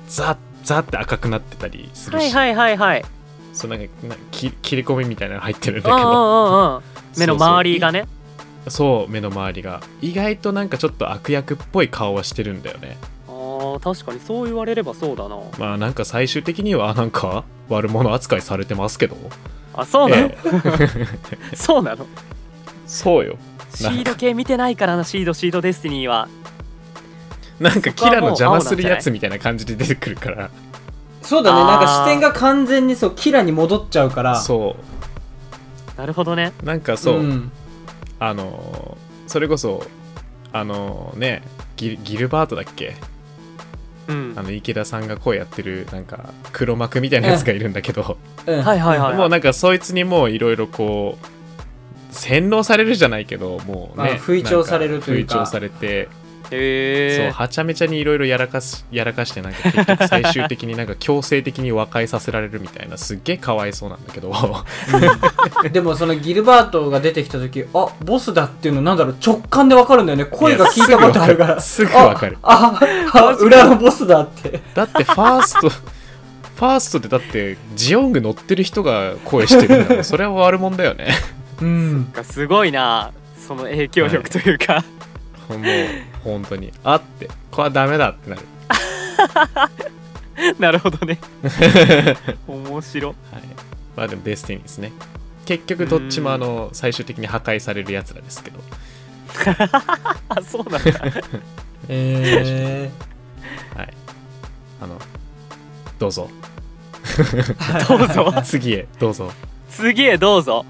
Speaker 3: ザッザッって赤くなってたりする
Speaker 2: は
Speaker 3: し、
Speaker 2: いはいはいはい
Speaker 3: そうなんかなき切り込みみたいなの入ってるん
Speaker 2: う
Speaker 3: だ
Speaker 2: んう
Speaker 3: けど
Speaker 2: んうんうん目の周りが
Speaker 3: ね
Speaker 2: ね
Speaker 3: そう目の周りが意外となんかちょっと悪役っぽい顔はしてるんだよね
Speaker 2: ああ確かにそう言われればそうだな
Speaker 3: まあなんか最終的にはなんか悪者扱いされてますけど
Speaker 2: あそうなの、
Speaker 3: ええ
Speaker 2: (laughs) そうなの
Speaker 3: そうよ
Speaker 2: シード系見てないからなシードシードデスティニーは
Speaker 3: なんかキラの邪魔するやつ
Speaker 2: そ
Speaker 3: みたいな感じで出てくるから
Speaker 1: そうだねなん
Speaker 2: あー
Speaker 1: か視点が完全にそうキラに戻っちゃうから
Speaker 3: そ
Speaker 2: なるほどね
Speaker 3: うなんかそう、
Speaker 1: ん
Speaker 3: あのーそれこそあのーねギルギルバートだっけ
Speaker 2: うん
Speaker 3: あの池田さんが声やってるなんか黒幕みたいなやつがいるんだけど
Speaker 1: うん
Speaker 2: はいはいはい、
Speaker 3: もうなんかそいつにもういろいろこう洗脳されるじゃないけどもう
Speaker 1: まあ
Speaker 3: ね
Speaker 1: 吹聴されるというか
Speaker 3: なん吹聴されて、そう
Speaker 2: へ
Speaker 3: はちゃめちゃにいろいろやらかすやらかしてなんか結局最終的になんか強制的に和解させられるみたいなすっげえかわいそうなんだけど
Speaker 1: (laughs) でもそのギルバートが出てきた時あボスだっていうのなんだろう直感でわかるんだよね声が聞いたことある
Speaker 2: (laughs)
Speaker 1: から
Speaker 3: すぐわかるすぐわかる
Speaker 1: あああ裏のボスだって
Speaker 3: だってファーストファ (laughs) ファーストでだってジオング乗ってる人が声してるんだもんそれは悪者だよね
Speaker 1: うん
Speaker 2: なんかすごいなその影響力というか、 (laughs)
Speaker 3: もう本当にあってこれはダメだってなる
Speaker 2: なるほ
Speaker 1: (laughs)
Speaker 2: どね面白
Speaker 3: はいまあでもデスティニーですね結局どっちもあの最終的に破壊されるやつらですけど
Speaker 2: あそうなんだ
Speaker 1: え
Speaker 3: はいあのどうぞ
Speaker 1: ー、
Speaker 2: どうぞ
Speaker 1: (laughs)
Speaker 3: 次へどうぞ
Speaker 2: 次へどうぞ、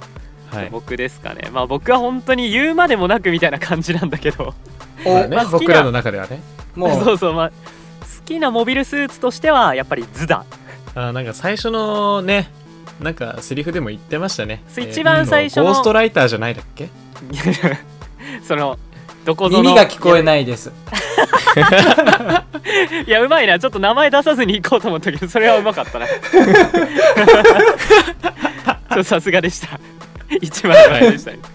Speaker 3: はい
Speaker 2: 僕ですかねまあ僕は本当に言うまでもなくみたいな感じなんだけど
Speaker 1: お、
Speaker 3: (laughs) まあね
Speaker 2: まあ好きな
Speaker 3: 僕らの中ではね
Speaker 1: もう
Speaker 2: (laughs) そうそうまあ好きなモビルスーツとしてはやっぱりズダ (laughs)
Speaker 3: あーなんか最初のねなんかセリフでも言ってましたね
Speaker 2: そう一番最初の
Speaker 3: ゴーストライターじゃないだっけ
Speaker 2: そのどこぞの
Speaker 1: 耳が聞こえないです
Speaker 2: いやうまいなちょっと名前出さずに行こうと思ったけどそれはうまか
Speaker 3: (laughs)
Speaker 2: ったなちょっとさすがでした一番前でしたね、
Speaker 3: はい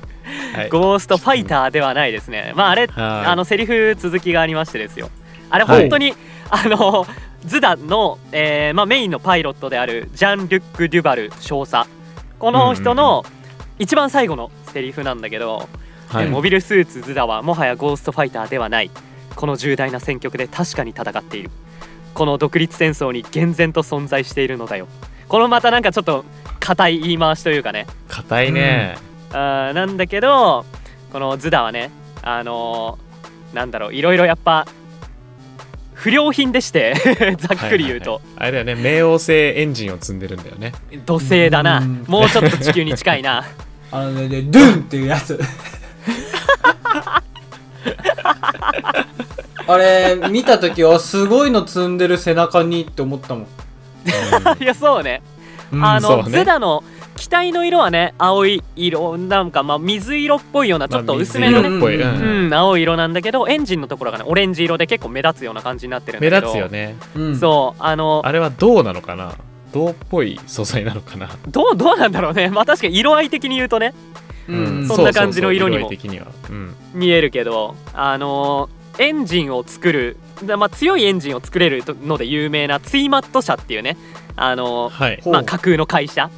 Speaker 2: ゴーストファイターではないですねまああれ
Speaker 3: はい
Speaker 2: あのセリフ続きがありましてですよあれ本当に、あのズダの、えーまあ、メインのパイロットであるジャン・リュック・デュバル少佐この人の一番最後のセリフなんだけど、
Speaker 3: は
Speaker 2: えー
Speaker 3: い
Speaker 2: モビルスーツズダはもはやゴーストファイターではないこの重大な戦局で確かに戦っているこの独立戦争に厳然と存在しているのだよこのまたなんかちょっと硬い言い回しというかね
Speaker 3: 硬いね、
Speaker 2: あーなんだけどこのズダはねあのーなんだろういろいろやっぱ不良品でして (laughs) ざっくり言うと、
Speaker 3: はいはいはいあれだよね冥王星エンジンを積んでるんだよ (laughs) ね
Speaker 2: 土星だな
Speaker 1: うん
Speaker 2: もうちょっと地球に近い
Speaker 3: (laughs)
Speaker 2: な
Speaker 1: あのねでドゥンっていうやつ (laughs) あれ見た時はすごいの積んでる背中にって思ったもん、
Speaker 2: いやそうね
Speaker 1: うん
Speaker 2: あの、
Speaker 3: そうね
Speaker 2: ズダの機体の色はね青い色なんかまあ水色っぽいようなちょっと薄めのね、
Speaker 3: まあ水色っ
Speaker 1: うん
Speaker 3: ぽい、うん
Speaker 2: うん青い色なんだけどエンジンのところがねオレンジ色で結構目立つような感じになってるん
Speaker 3: 目
Speaker 2: だけど
Speaker 3: 立つよね
Speaker 1: うん
Speaker 2: そうあの
Speaker 3: あれは銅なのかな銅っぽい素材なのかな、
Speaker 2: どうどうなんだろうね (laughs) まあ確かに色合い的に言うとね
Speaker 1: う
Speaker 3: うん
Speaker 2: そんな感じの色にも
Speaker 3: そうそうそう色合い的には、うん、
Speaker 2: 見えるけどあのエンジンを作る、だまあ、強いエンジンを作れるので有名なツイマット社っていうねあの、
Speaker 3: はい
Speaker 1: ほう
Speaker 2: まあ、架空の会社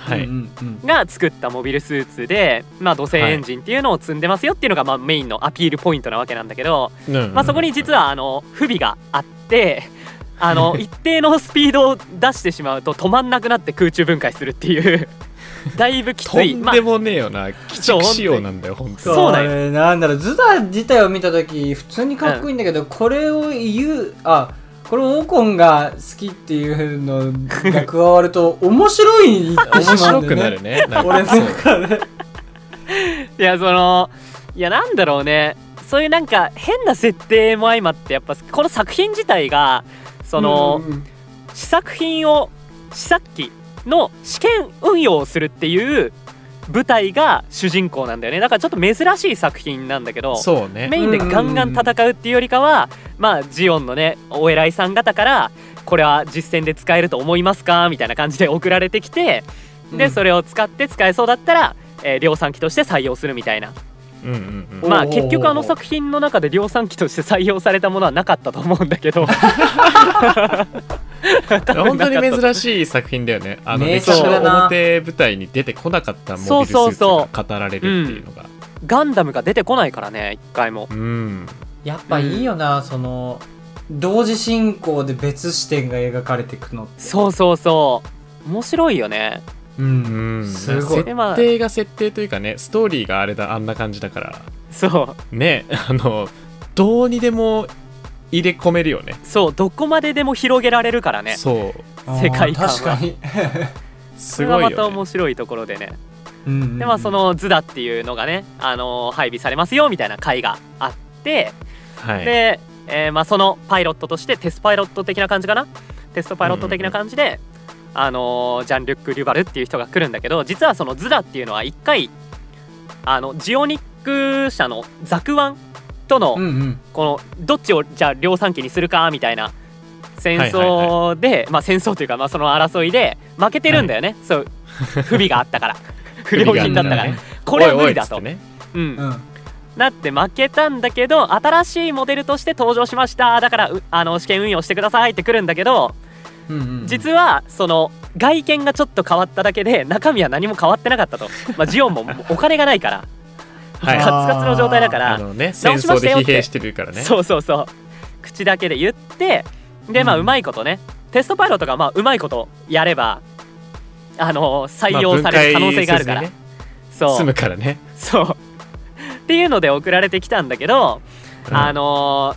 Speaker 3: は
Speaker 1: う
Speaker 3: い
Speaker 1: んうん
Speaker 2: が作ったモビルスーツで、まあ、土星
Speaker 3: はい
Speaker 2: エンジンっていうのを積んでますよっていうのが、まあ、メインのアピールポイントなわけなんだけど、
Speaker 3: うん
Speaker 2: まあ、そこに実はあの不備があってあ
Speaker 3: (laughs)
Speaker 2: の一定のスピードを出してしまうと止まんなくなって空中分解するっていう
Speaker 3: (laughs)
Speaker 2: だいぶき
Speaker 3: と
Speaker 2: つい
Speaker 3: ん
Speaker 2: ま
Speaker 3: で
Speaker 2: あ
Speaker 3: もねえよな、鬼畜仕様なんだよ本当に
Speaker 2: そうだよ
Speaker 1: れなんだろうズダ自体を見た時普通にかっこいいんだけど、これを言うあこれオコンが好きっていうのが加わると面白いに言って
Speaker 3: 面
Speaker 1: しまう
Speaker 3: 白
Speaker 1: んだよ
Speaker 3: く
Speaker 1: ね
Speaker 3: なるねなんか
Speaker 1: 俺
Speaker 3: そう
Speaker 1: なんかね
Speaker 2: いやそのいやなんだろうねそういうなんか変な設定も相まってやっぱこの作品自体がその、
Speaker 1: うんうん
Speaker 2: 試作品を試作機の試験運用をするっていう舞台が主人公なんだよねだからちょっと珍しい作品なんだけど
Speaker 3: そうね
Speaker 2: メインでガンガン戦うっていうよりかは、まあジオンのねお偉いさん方からこれは実戦で使えると思いますかみたいな感じで送られてきてで、
Speaker 1: うん
Speaker 2: それを使って使えそうだったら、えー量産機として採用するみたいな
Speaker 3: うんうんうん
Speaker 1: お
Speaker 2: まあ
Speaker 1: ー
Speaker 2: 結局あの作品の中で量産機として採用されたものはなかったと思うんだけど
Speaker 3: (laughs) 本当に珍しい作品だよね。あの
Speaker 1: 名
Speaker 3: 歴
Speaker 1: 作
Speaker 3: 史の
Speaker 1: だな
Speaker 3: 表舞台に出てこなかったモビルス
Speaker 2: そう
Speaker 3: ー
Speaker 2: そう
Speaker 3: ツ
Speaker 2: そ
Speaker 3: が語られるっていうのが。
Speaker 2: ガンダムが出てこないからね一回も
Speaker 3: うん。
Speaker 1: やっぱいいよな、その同時進行で別視点が描かれていくのって
Speaker 2: そうそうそう面白いよね
Speaker 1: う
Speaker 3: うんん。
Speaker 1: すごい
Speaker 2: でまあ
Speaker 3: 設定が設定というかね、ストーリーがあれだ、あんな感じだから。
Speaker 2: そう
Speaker 3: ね、 (laughs) あの、どうにでも入れ込めるよね。
Speaker 2: そうどこまででも広げられるからね
Speaker 3: そう。
Speaker 2: 世界観は
Speaker 1: 確かに、
Speaker 2: そ
Speaker 3: す
Speaker 2: れ
Speaker 3: ご
Speaker 2: はい
Speaker 3: よ、
Speaker 2: ま
Speaker 3: ね。
Speaker 2: た面白いところでね
Speaker 1: うんうんうん
Speaker 2: でまあそのズダっていうのがね、あの配備されますよみたいな回があって、
Speaker 3: はい。
Speaker 2: で、えーまあ、そのパイロットとしてテストパイロット的な感じかなテストパイロット的な感じで、あのジャン・リュック・リュバルっていう人が来るんだけど実はそのズダっていうのは一回あのジオニック社のザクワンとの、
Speaker 1: うんうん
Speaker 2: このどっちをじゃあ量産機にするかみたいな戦
Speaker 3: はい
Speaker 2: 争で、まあ戦争というか、まあ、その争いで負けてるんだよね、そう不備があったから
Speaker 3: (laughs)
Speaker 2: 不良品だったから、
Speaker 3: 不備があったからね
Speaker 2: これは無理だ
Speaker 3: お
Speaker 2: と
Speaker 3: いおいっつってね。
Speaker 2: うん
Speaker 1: うん
Speaker 2: なって負けたんだけど新しいモデルとして登場しましただからうあの試験運用してくださいってくるんだけど
Speaker 1: うんうん、
Speaker 2: 実はその外見がちょっと変わっただけで中身は何も変わってなかったと、まあ、ジオンももうお金がないから、
Speaker 3: はい
Speaker 2: カツカツの状態だか
Speaker 3: あ
Speaker 2: ら、
Speaker 3: のね戦
Speaker 2: 直しま
Speaker 3: 争
Speaker 2: した
Speaker 3: で
Speaker 2: よっ
Speaker 3: 疲
Speaker 2: て
Speaker 3: 弊してるからね
Speaker 2: そうそうそう口だけで言ってでまあ
Speaker 1: うん
Speaker 2: うまいことね、テストパイロットがまあうまいことやればあの採用される可能性があるから、
Speaker 3: ま分解せずにね
Speaker 2: そ
Speaker 3: 済
Speaker 2: う
Speaker 3: むからね
Speaker 2: そうっていうので送られてきたんだけど、
Speaker 3: うん
Speaker 2: あのー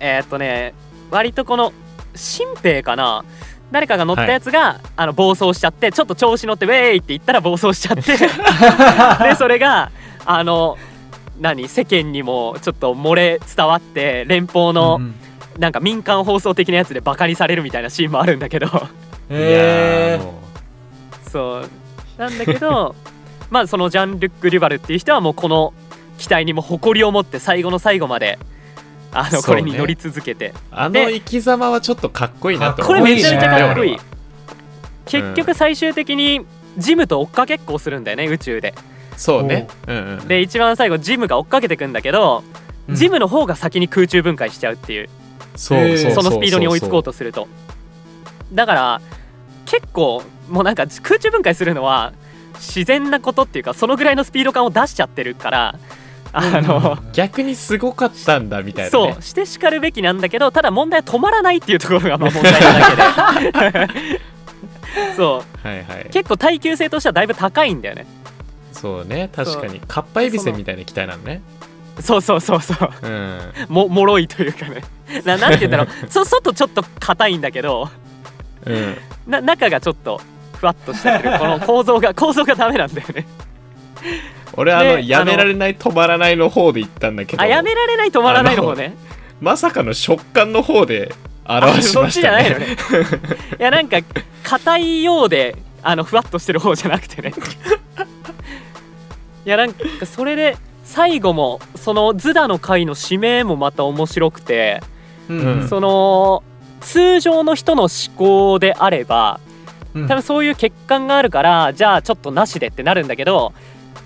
Speaker 2: えーっとね割とこの新兵かな誰かが乗ったやつが、あの暴走しちゃってちょっと調子乗ってウェーイって言ったら暴走しちゃって
Speaker 3: (laughs)
Speaker 2: でそれがあの何世間にもちょっと漏れ伝わって連邦の
Speaker 1: うんうん
Speaker 2: なんか民間放送的なやつでバカにされるみたいなシーンもあるんだ
Speaker 3: (laughs)
Speaker 2: けど
Speaker 1: へ
Speaker 3: いや
Speaker 1: ー
Speaker 3: ーも
Speaker 2: そうなんだけどまあそのジャン・ルック・リュバルっていう人はもうこの機体にも誇りを持って最後の最後まであの
Speaker 3: そ
Speaker 2: こ
Speaker 3: うね
Speaker 2: れに乗り続けて、
Speaker 3: うあの生き様はちょっとかっこいいなと
Speaker 1: か
Speaker 2: これ
Speaker 1: っこいい
Speaker 2: めちゃめちゃかっこいい、
Speaker 3: ね
Speaker 2: 結局最終的にジムと追っかけっこをするんだよね宇宙で
Speaker 3: そうねうんうん
Speaker 2: で一番最後ジムが追っかけてくんだけど、
Speaker 1: うん
Speaker 2: ジムの方が先に空中分解しちゃうっていう
Speaker 3: そ
Speaker 1: え
Speaker 3: う
Speaker 1: ー
Speaker 3: そう
Speaker 2: その
Speaker 3: う
Speaker 2: スピードに追いつこうとするとだから結構もうなんか空中分解するのは自然なことっていうかそのぐらいのスピード感を出しちゃってるからあの、
Speaker 3: 逆にすごかったんだみたいなね
Speaker 2: そうしてしかるべきなんだけどただ問題は止まらないっていうところがまあ問題なだけで (laughs) そう
Speaker 3: はいはい
Speaker 2: 結構耐久性としてはだいぶ高いんだよね
Speaker 3: そうね確かにかっぱえびせんみたいな機体なのね
Speaker 2: そうそうそうそう (laughs)
Speaker 3: うん
Speaker 2: ももろいというかね (laughs) ななんて言うんだろ (laughs) うそ外ちょっと硬いんだけど
Speaker 3: (laughs) うん
Speaker 2: な中がちょっとふわっとしてるこの構造が構造がダメなんだよ (laughs) ね
Speaker 3: 俺あの
Speaker 2: で
Speaker 3: やめられない止まらないの方で行ったんだけど
Speaker 2: あやめられない止まらないの方ね
Speaker 3: まさかの食感の方で表し
Speaker 2: (laughs) そ
Speaker 3: ま
Speaker 2: っち
Speaker 3: し
Speaker 2: じゃ
Speaker 3: た
Speaker 2: ないの
Speaker 3: ね
Speaker 2: ねいやなんか硬いようであのふわっとしてる方じゃなくてねいやなんかそれで最後もそのズダの回の指名もまた面白くて
Speaker 1: うん
Speaker 3: うん
Speaker 2: その通常の人の思考であれば
Speaker 1: うん
Speaker 2: 多分そういう欠陥があるからじゃあちょっとなしでってなるんだけど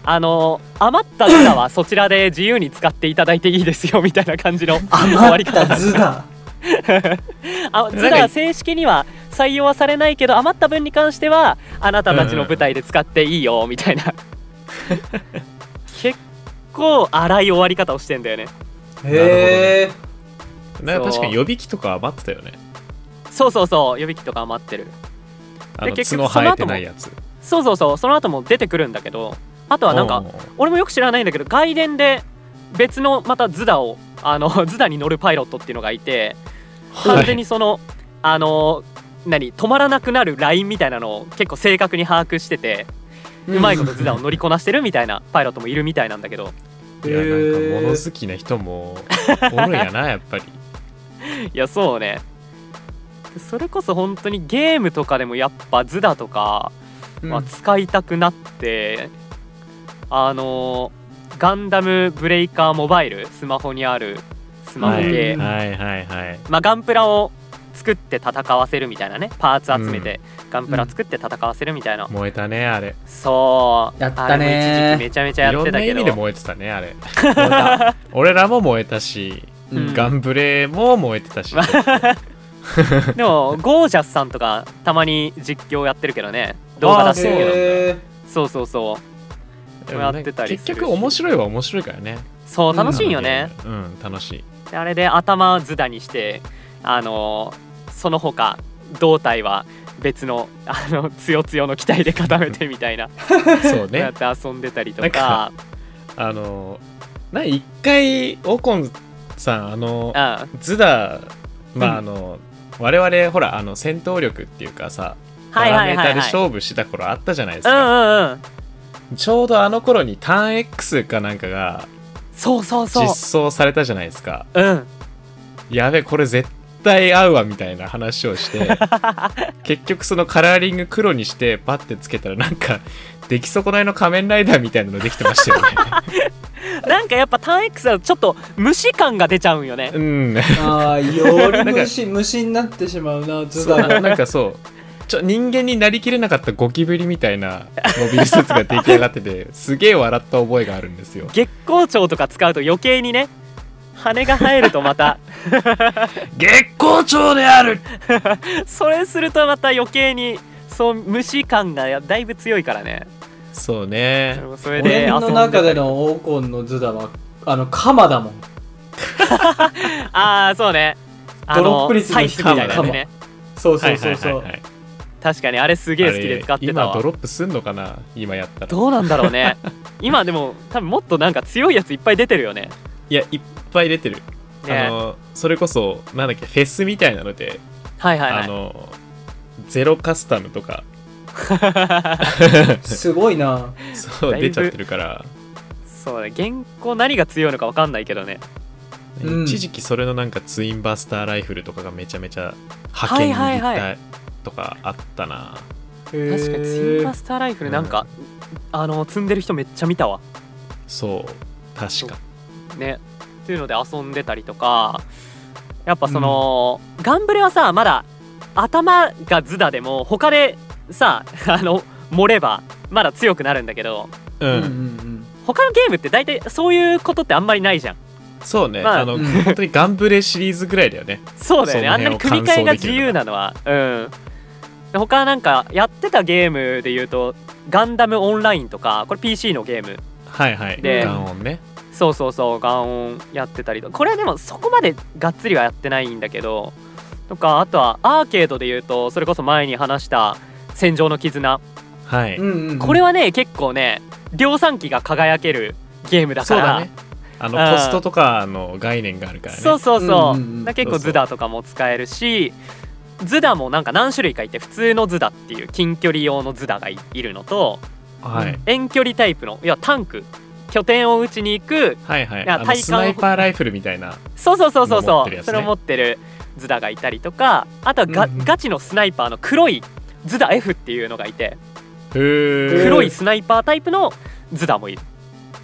Speaker 2: あの余ったズダはそちらで自由に使っていただいていいですよみたいな感じの終わ
Speaker 1: 余
Speaker 2: り
Speaker 1: っ
Speaker 2: 方
Speaker 1: た
Speaker 3: (laughs)
Speaker 1: 図だ
Speaker 2: あズダは正式には採用はされないけど余った分に関してはあなたたちの舞台で使っていいよみたいな結構荒い終わり方をしてんだよね
Speaker 1: へえ
Speaker 3: (laughs) なんか確かに
Speaker 2: そう
Speaker 3: 予備機とか余ってたよね
Speaker 2: そうそうそう予備機とか余ってる
Speaker 3: あの
Speaker 2: で結
Speaker 3: 角
Speaker 2: 局
Speaker 3: 生えてないやつ
Speaker 2: そうそうそうその後も出てくるんだけどあとはなん
Speaker 3: う
Speaker 2: か俺もよく知らないんだけど外伝で別のまたズダをあの (laughs) ズダに乗るパイロットっていうのがいて
Speaker 3: はい
Speaker 2: 完全にその、あの何止まらなくなるラインみたいなのを結構正確に把握しててうまいことズダを乗りこなしてるみたいなパイロットもいるみたいなんだけど
Speaker 3: いやなんか物好きな人もおるんや
Speaker 2: (laughs)
Speaker 3: なやっぱり
Speaker 2: いやそうねそれこそ本当にゲームとかでもやっぱズダとかまあ、使いたくなって、あのーガンダムブレイカーモバイルスマホにあるスマホ
Speaker 3: は
Speaker 2: ゲ
Speaker 3: い
Speaker 2: ー、
Speaker 1: うん
Speaker 3: はいはいはい
Speaker 2: まあ、ガンプラを作って戦わせるみたいなねパーツ集めて、ガンプラ作って戦わせるみたいな、
Speaker 3: 燃えたねあれ
Speaker 2: そう
Speaker 1: やったねー
Speaker 2: あれも一時期めちゃめちゃ
Speaker 3: い
Speaker 2: やっ
Speaker 3: ろ
Speaker 2: て
Speaker 3: ん
Speaker 2: た
Speaker 3: な
Speaker 2: け
Speaker 3: 意
Speaker 2: ど
Speaker 3: 味で燃えてたねあれ
Speaker 1: 燃えた
Speaker 3: 俺らも燃えたし、
Speaker 1: うん
Speaker 3: ガンブレも燃え
Speaker 2: (laughs)
Speaker 3: てたし、
Speaker 2: でもゴージャスさんとかたまに実況やってるけどね動画出してるけ
Speaker 3: あー
Speaker 2: ど
Speaker 1: へー
Speaker 2: そうそうそう
Speaker 3: でもね
Speaker 2: やってたりするし
Speaker 3: 結局面白いは面白いからね
Speaker 2: そう楽しいよね、
Speaker 3: うん楽しい
Speaker 2: であれで頭ずだにしてあのーその他胴体は別のあのつよつよの機体で固めてみたいな
Speaker 3: そう
Speaker 2: (laughs) や
Speaker 3: ね
Speaker 2: って遊んでたりと
Speaker 3: な
Speaker 2: か
Speaker 3: んかあのな一回オコンさんあの
Speaker 2: うん
Speaker 3: ズダまああ
Speaker 2: う
Speaker 3: の、我々ほらあの戦闘力っていうかさパ
Speaker 2: はい
Speaker 3: ラ
Speaker 2: は
Speaker 3: メ
Speaker 2: い
Speaker 3: ータ
Speaker 2: は
Speaker 3: で
Speaker 2: いはい
Speaker 3: 勝負してた頃あったじゃないです
Speaker 2: う
Speaker 3: か、
Speaker 2: んうんうん
Speaker 3: ちょうどあの頃にターン X かなんかが
Speaker 2: そうそうそう
Speaker 3: 実装されたじゃないですか
Speaker 2: うん
Speaker 3: やべこれ絶対合うわみたいな話をして結局そのカラーリング黒にしてパッてつけたらなんか出来損ないの仮面ライダーみたいなのできてましたよね
Speaker 2: なんかやっぱターン X はちょっと虫感が出ちゃうんよね
Speaker 3: うん
Speaker 1: あーより虫虫になってしまうな図だが
Speaker 3: なんかそうちょ人間になりきれなかったゴキブリみたいなモビルスーツが出来上がっててすげえ笑った覚えがあるんですよ
Speaker 2: 月光鳥とか使うと余計にね羽が生えるとまた (laughs)
Speaker 3: 月光町である
Speaker 2: それするとまた余計にそう虫感がやだいぶ強いからね
Speaker 3: そうね
Speaker 2: それで
Speaker 1: 俺
Speaker 2: 遊ん
Speaker 1: の中
Speaker 2: で
Speaker 1: での黄金のズダはあの鎌だもん
Speaker 2: ああそうねあ
Speaker 1: ドロップ率の
Speaker 2: サイズみたいなやつ
Speaker 1: 低い
Speaker 2: ね
Speaker 1: そう
Speaker 3: は
Speaker 1: そ
Speaker 3: いうは
Speaker 1: そ
Speaker 3: いうはい
Speaker 1: そ
Speaker 3: は
Speaker 1: う
Speaker 3: い
Speaker 2: 確かにあれすげえ好きで使ってた
Speaker 3: あれ今ド
Speaker 2: わ
Speaker 3: ロップすんのかな今やったら
Speaker 2: どうなんだろうね今でも多分もっとなんか強いやついっぱい出てるよね
Speaker 3: いやいっぱい出てる、
Speaker 2: ね
Speaker 3: あのそれこそなんだっけフェスみたいなので、
Speaker 2: はいはいはい
Speaker 3: あのゼロカスタムと
Speaker 2: (laughs)
Speaker 3: か
Speaker 1: すごいな
Speaker 3: そう
Speaker 2: だいぶ
Speaker 3: 出ちゃってるから、
Speaker 2: (laughs) そうね原稿何が強いのか分かんないけどね
Speaker 1: うん
Speaker 3: 一時期それのなんかツインバスターライフルとかがめちゃめちゃ派遣
Speaker 2: はい
Speaker 3: 握
Speaker 2: はいは
Speaker 3: ったとかあったな、
Speaker 1: 確
Speaker 2: 確かにツインバスターライフルなんか、あの積んでる人めっちゃ見たわ
Speaker 3: そう確か
Speaker 2: ねというので遊んでたりとかやっぱその、ガンブレはさまだ頭がズダでも他でさ (laughs) あの盛ればまだ強くなるんだけど
Speaker 3: う、
Speaker 1: うんんうんうん
Speaker 2: 他のゲームって大体そういうことってあんまりないじゃん
Speaker 3: そうね、
Speaker 2: まあ
Speaker 3: あの
Speaker 1: うん
Speaker 3: 本当にガンブレシリーズぐらいだよね
Speaker 2: そうだよね
Speaker 3: その
Speaker 2: あんな
Speaker 3: 辺を
Speaker 2: に組み替えが自由なのはうんで他なんかやってたゲームで言うと「ガンダムオンライン」とかこれ PC のゲーム
Speaker 3: はいはい
Speaker 2: で
Speaker 3: ガンオンね
Speaker 2: そうそうそうガンオンやってたりとこれはでもそこまでがっつりはやってないんだけどとかあとはアーケードで言うとそれこそ前に話した「戦場の絆
Speaker 3: はい、
Speaker 1: うんうんうん」
Speaker 2: これはね結構ね量産機が輝けるゲームだ
Speaker 3: そ
Speaker 2: か
Speaker 3: う
Speaker 2: ら
Speaker 3: だねあの
Speaker 2: うん
Speaker 3: コストとかの概念があるからね
Speaker 2: そうそうそう,、
Speaker 1: うんうんうん
Speaker 2: だから結構ズダとかも使えるしズダもなんか何種類かいて普通のズダっていう近距離用のズダがいいるのと
Speaker 3: はい、
Speaker 2: 遠距離タイプのいやタンク拠点を打ちに行く
Speaker 3: はいはい
Speaker 2: いや
Speaker 3: あの
Speaker 2: 体感
Speaker 3: スナイパーライフルみたいな
Speaker 2: そうそうそうそう
Speaker 3: 持っ
Speaker 2: そ
Speaker 3: て
Speaker 2: う、
Speaker 3: るやつ
Speaker 2: そ
Speaker 3: ね
Speaker 2: れを持ってるズダがいたりとかあとはガ,、
Speaker 1: うんうん
Speaker 2: ガチのスナイパーの黒いズダ F っていうのがいて
Speaker 1: へー
Speaker 2: 黒いスナイパータイプのズダもいる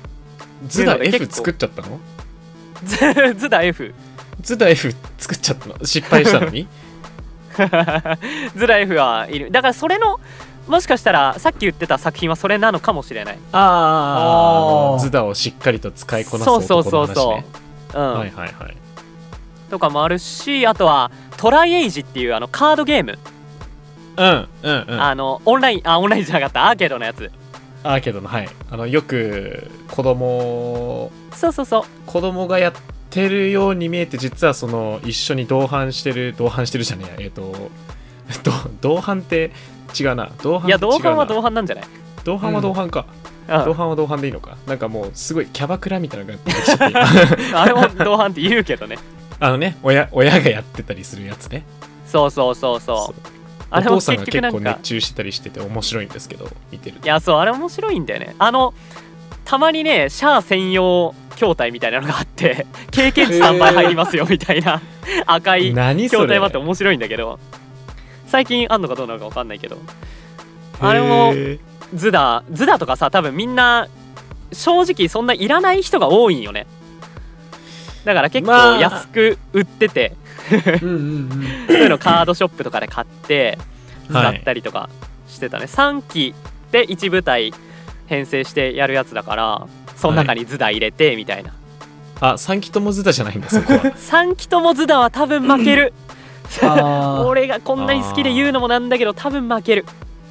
Speaker 2: (laughs)
Speaker 3: ズダ
Speaker 2: っていうので
Speaker 3: F
Speaker 2: 結構
Speaker 3: 作っちゃったの
Speaker 2: ズズダ F (laughs)
Speaker 3: ズダ F 作っちゃったの失敗した
Speaker 2: (laughs)
Speaker 3: のに
Speaker 2: ズダ F はいるだからそれのもしかしたらさっき言ってた作品はそれなのかもしれない
Speaker 3: あ
Speaker 1: あー
Speaker 3: ズダをしっかりと使いこなす
Speaker 2: そう
Speaker 3: 男
Speaker 2: そう
Speaker 3: の
Speaker 2: そ
Speaker 3: 話
Speaker 2: う
Speaker 3: ね
Speaker 2: そう、うん
Speaker 3: はいはいはい
Speaker 2: とかもあるしあとはトライエイジっていうあのカードゲーム、
Speaker 3: うんうんうんア
Speaker 2: あのオンラインあオンラインじゃなかったアーケードのやつ
Speaker 3: ーケードのはいあのよく子供
Speaker 2: そうそうそう
Speaker 3: 子供がやってるように見えて実はその一緒に同伴してる同伴してるじゃねえやえっ、と (laughs) ど同伴って違うな同伴
Speaker 2: いや
Speaker 3: って違うな
Speaker 2: 同伴は同伴なんじゃない、
Speaker 3: 同伴は同伴か、
Speaker 2: う
Speaker 3: 同
Speaker 2: ん、
Speaker 3: 伴は同伴でいいのかなんかもうすごいキャバクラみたいなのが出てきちゃって
Speaker 2: (laughs)
Speaker 3: 今
Speaker 2: あれも同伴って言うけどね
Speaker 3: あのね親親がやってたりするやつね
Speaker 2: そうそうそうそう
Speaker 3: そう
Speaker 2: あ
Speaker 3: お
Speaker 2: れも
Speaker 3: 父さん
Speaker 2: 結局
Speaker 3: が結
Speaker 2: な
Speaker 3: 構
Speaker 2: ん
Speaker 3: 熱
Speaker 2: か
Speaker 3: 中してたりしてて面白いんですけど見てる
Speaker 2: いやそうあれ面白いんだよねあのたまにねシャア専用筐体みたいなのがあって (laughs) 経験値3倍入りますよみたいな赤い
Speaker 3: 何そ
Speaker 2: 筐体
Speaker 3: れ
Speaker 2: もあって面白いんだけど最近あんのかどうなのか分かんないけどあれも
Speaker 3: へー
Speaker 2: ズダズダとかさ多分みんな正直そんないらない人が多いんよねだから結
Speaker 3: ま
Speaker 2: 構
Speaker 3: あ
Speaker 2: 安く売ってて、
Speaker 1: うんうんうん
Speaker 2: そういうのカードショップとかで買って
Speaker 3: は
Speaker 2: 使
Speaker 3: い
Speaker 2: ったりとかしてたね、3期で1部隊編成してやるやつだからその中にズダ入れてみたいな、
Speaker 3: あ3期ともズダじゃないんだそ
Speaker 2: (laughs)
Speaker 3: こは
Speaker 2: 3期ともズダは多分負ける
Speaker 1: あー
Speaker 2: 俺が (laughs) こんなに好きで言うのもなんだけど多分負ける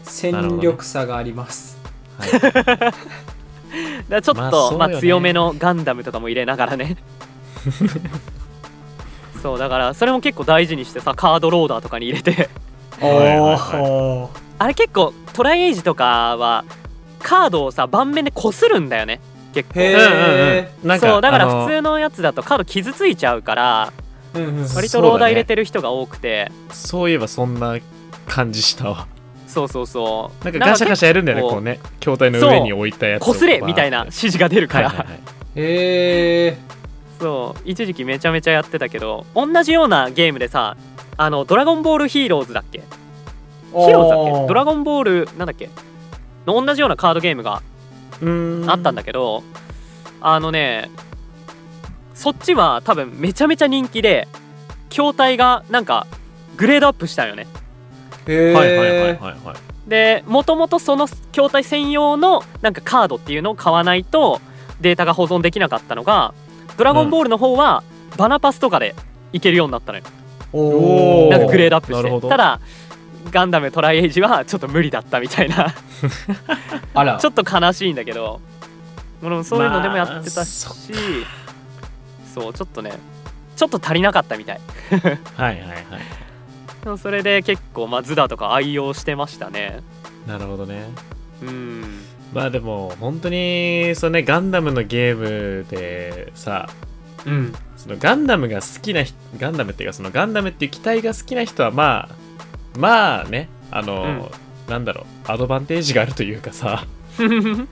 Speaker 1: 戦力差があります
Speaker 3: はい
Speaker 2: だからちょっと、
Speaker 3: ま
Speaker 2: ま
Speaker 3: あ
Speaker 2: あ
Speaker 3: そうよね
Speaker 2: 強めのガンダムとかも入れながら
Speaker 3: (laughs)
Speaker 2: ねそうだからそれも結構大事にしてさカードローダーとかに入れて
Speaker 1: お
Speaker 3: はいはい
Speaker 1: お
Speaker 2: あれ結構トライエイジとかはカードをさ盤面でこするんだよね結構
Speaker 1: へ
Speaker 3: うんうん
Speaker 1: え
Speaker 3: うんなんか
Speaker 2: そうだから
Speaker 3: あの
Speaker 2: 普通のやつだとカード傷ついちゃうから
Speaker 1: うんうん
Speaker 3: そ
Speaker 2: 割とローダー入れてる人が多くて
Speaker 3: そういえばそんな感じしたわ
Speaker 2: そう,、そうそう
Speaker 3: なんかガシャガ
Speaker 2: シ
Speaker 3: シャやるんだよね
Speaker 2: なん
Speaker 3: こ
Speaker 2: か
Speaker 3: うね筐体の上に置いたやつを
Speaker 2: こすれ
Speaker 3: バーッ
Speaker 2: みたいな
Speaker 3: は
Speaker 2: 指示が出るか
Speaker 3: い
Speaker 2: ら、
Speaker 3: はいはい
Speaker 1: へえ
Speaker 2: そう一時期めちゃめちゃやってたけど同じようなゲームでさあのドラゴンボールヒーローズだっけヒーローズだっけドラ
Speaker 1: ゴ
Speaker 2: ゴンボールなんだっけの同じようなカードゲームが
Speaker 3: うーん
Speaker 2: あったんだけど、あのねそっちは多分めちゃめちゃ人気で筐体がなんかグレードアップしたんよね
Speaker 1: ンへえ
Speaker 3: はいはいはいはいはい
Speaker 2: でもともとその筐体専用のなんかカードっていうのを買わないとデータが保存できなかったのが「ドラゴンボール」の方はバナパスとかでいけるようになったのよ
Speaker 3: おー
Speaker 2: なんかグレードアップし
Speaker 3: なるほ
Speaker 2: て
Speaker 3: ど
Speaker 2: ただガンダムトライエイジはちょっと無理だったみたいな
Speaker 1: あら
Speaker 2: ちょっと悲しいんだけど俺もそういうのでもやって
Speaker 3: まあ
Speaker 2: たし、
Speaker 3: そ
Speaker 2: そうちょっとねちょっと足りなかったみたい
Speaker 3: はいはいはい
Speaker 2: でもそれで結構まあズダとか愛用してましたね
Speaker 3: なるほどね
Speaker 2: うん (laughs)
Speaker 3: まあでも本当にそのねガンダムのゲームでさ
Speaker 2: うん
Speaker 3: そのガンダムが好きな人ガンダムっていうかそのガンダムっていう機体が好きな人はまあまあねあの、なんだろうアドバンテージがあるというかさ (laughs)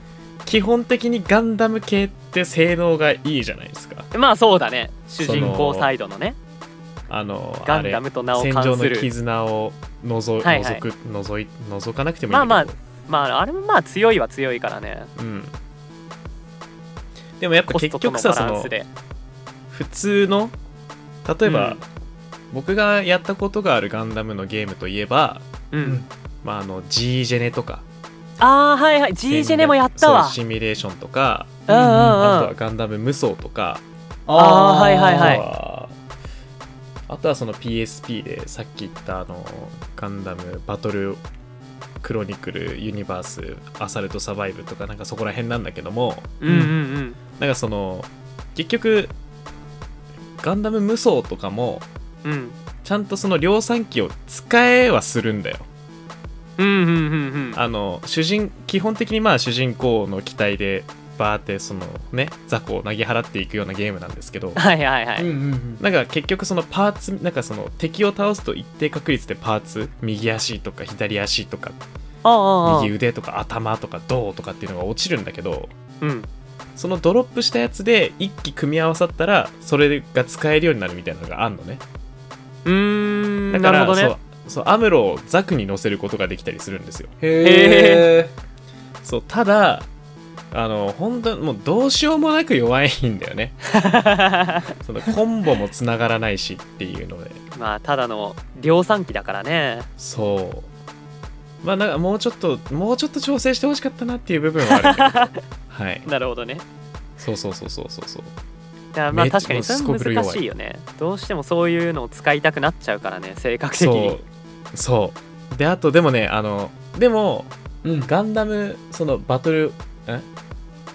Speaker 3: 基本的にガンダム系って性能がいいじゃないですか
Speaker 2: まあそうだね主人公サイドのね
Speaker 3: あの
Speaker 2: ガンダムと名
Speaker 3: あ
Speaker 2: を
Speaker 3: れ戦場
Speaker 2: 冠す
Speaker 3: の
Speaker 2: る
Speaker 3: 絆をのぞ、
Speaker 2: はいはい
Speaker 3: 覗く覗い覗かなくてもいい
Speaker 2: まあ
Speaker 3: ん
Speaker 2: まあ
Speaker 3: だけど
Speaker 2: まああれもまあ強いは強いからね
Speaker 3: うんでもやっぱ
Speaker 2: コス
Speaker 3: 結
Speaker 2: トと
Speaker 3: 局
Speaker 2: の
Speaker 3: さ
Speaker 2: バ
Speaker 3: そ
Speaker 2: ラン
Speaker 3: の
Speaker 2: スで
Speaker 3: 普通の例えば、
Speaker 2: うん
Speaker 3: 僕がやったことがあるガンダムのゲームといえば、
Speaker 2: うん、
Speaker 1: うん
Speaker 3: まあ、あの G ジェネとか
Speaker 2: ああはいはい G ジェネもやった
Speaker 3: そ
Speaker 2: わ
Speaker 3: うシミュレーションとか、
Speaker 2: うんうんうん
Speaker 3: あとはガンダム無双とか、
Speaker 2: あーはいはいはい
Speaker 3: あとはあとはその PSP でさっき言ったあのガンダムバトルクロニクルユニバースアサルトサバイブとかなんかそこら辺なんだけども
Speaker 2: うんうんうん
Speaker 3: なんかその結局ガンダム無双とかも
Speaker 2: うん
Speaker 3: ちゃんとその量産機を使えはするんだよ
Speaker 2: うんうんうんうん
Speaker 3: あの主人基本的にまあ主人公の機体でバーってそのね雑魚を投げ払っていくようなゲームなんですけど
Speaker 2: (laughs) はいはいはい、
Speaker 1: うんうんうん
Speaker 3: なんか結局そのパーツなんかその敵を倒すと一定確率でパーツ右足とか左足とか
Speaker 2: ああああ
Speaker 3: 右腕とか頭とか胴とかっていうのが落ちるんだけど
Speaker 2: うん
Speaker 3: そのドロップしたやつで一気組み合わさったらそれが使えるようになるみたいなのがあんのね
Speaker 2: うー
Speaker 3: だ
Speaker 2: ん
Speaker 3: か
Speaker 2: なる
Speaker 3: ら
Speaker 2: ほど
Speaker 3: そ
Speaker 2: ね
Speaker 3: うそうアムロをザクに乗せることができたりするんですよ
Speaker 1: へえ
Speaker 3: そうただあの本当にもうどうしようもなく弱いんだよね (laughs)
Speaker 2: (laughs)
Speaker 3: そのコンボもつながらないしっていうので
Speaker 2: まあただの量産機だからね
Speaker 3: そうまあなんかもうちょっともうちょっと調整してほしかったなっていう部分はある (laughs) けどはい
Speaker 2: なるほどね
Speaker 3: そうそうそうそうそうそう
Speaker 2: いやまあ
Speaker 3: めっちゃ
Speaker 2: 確かにそれ
Speaker 3: すこぶる
Speaker 2: は
Speaker 3: 弱い
Speaker 2: 難しいよねどうしてもそういうのを使いたくなっちゃうからね性格的に
Speaker 3: そうそうであとでもねあのでも
Speaker 1: うん
Speaker 3: ガンダムそのバトルえ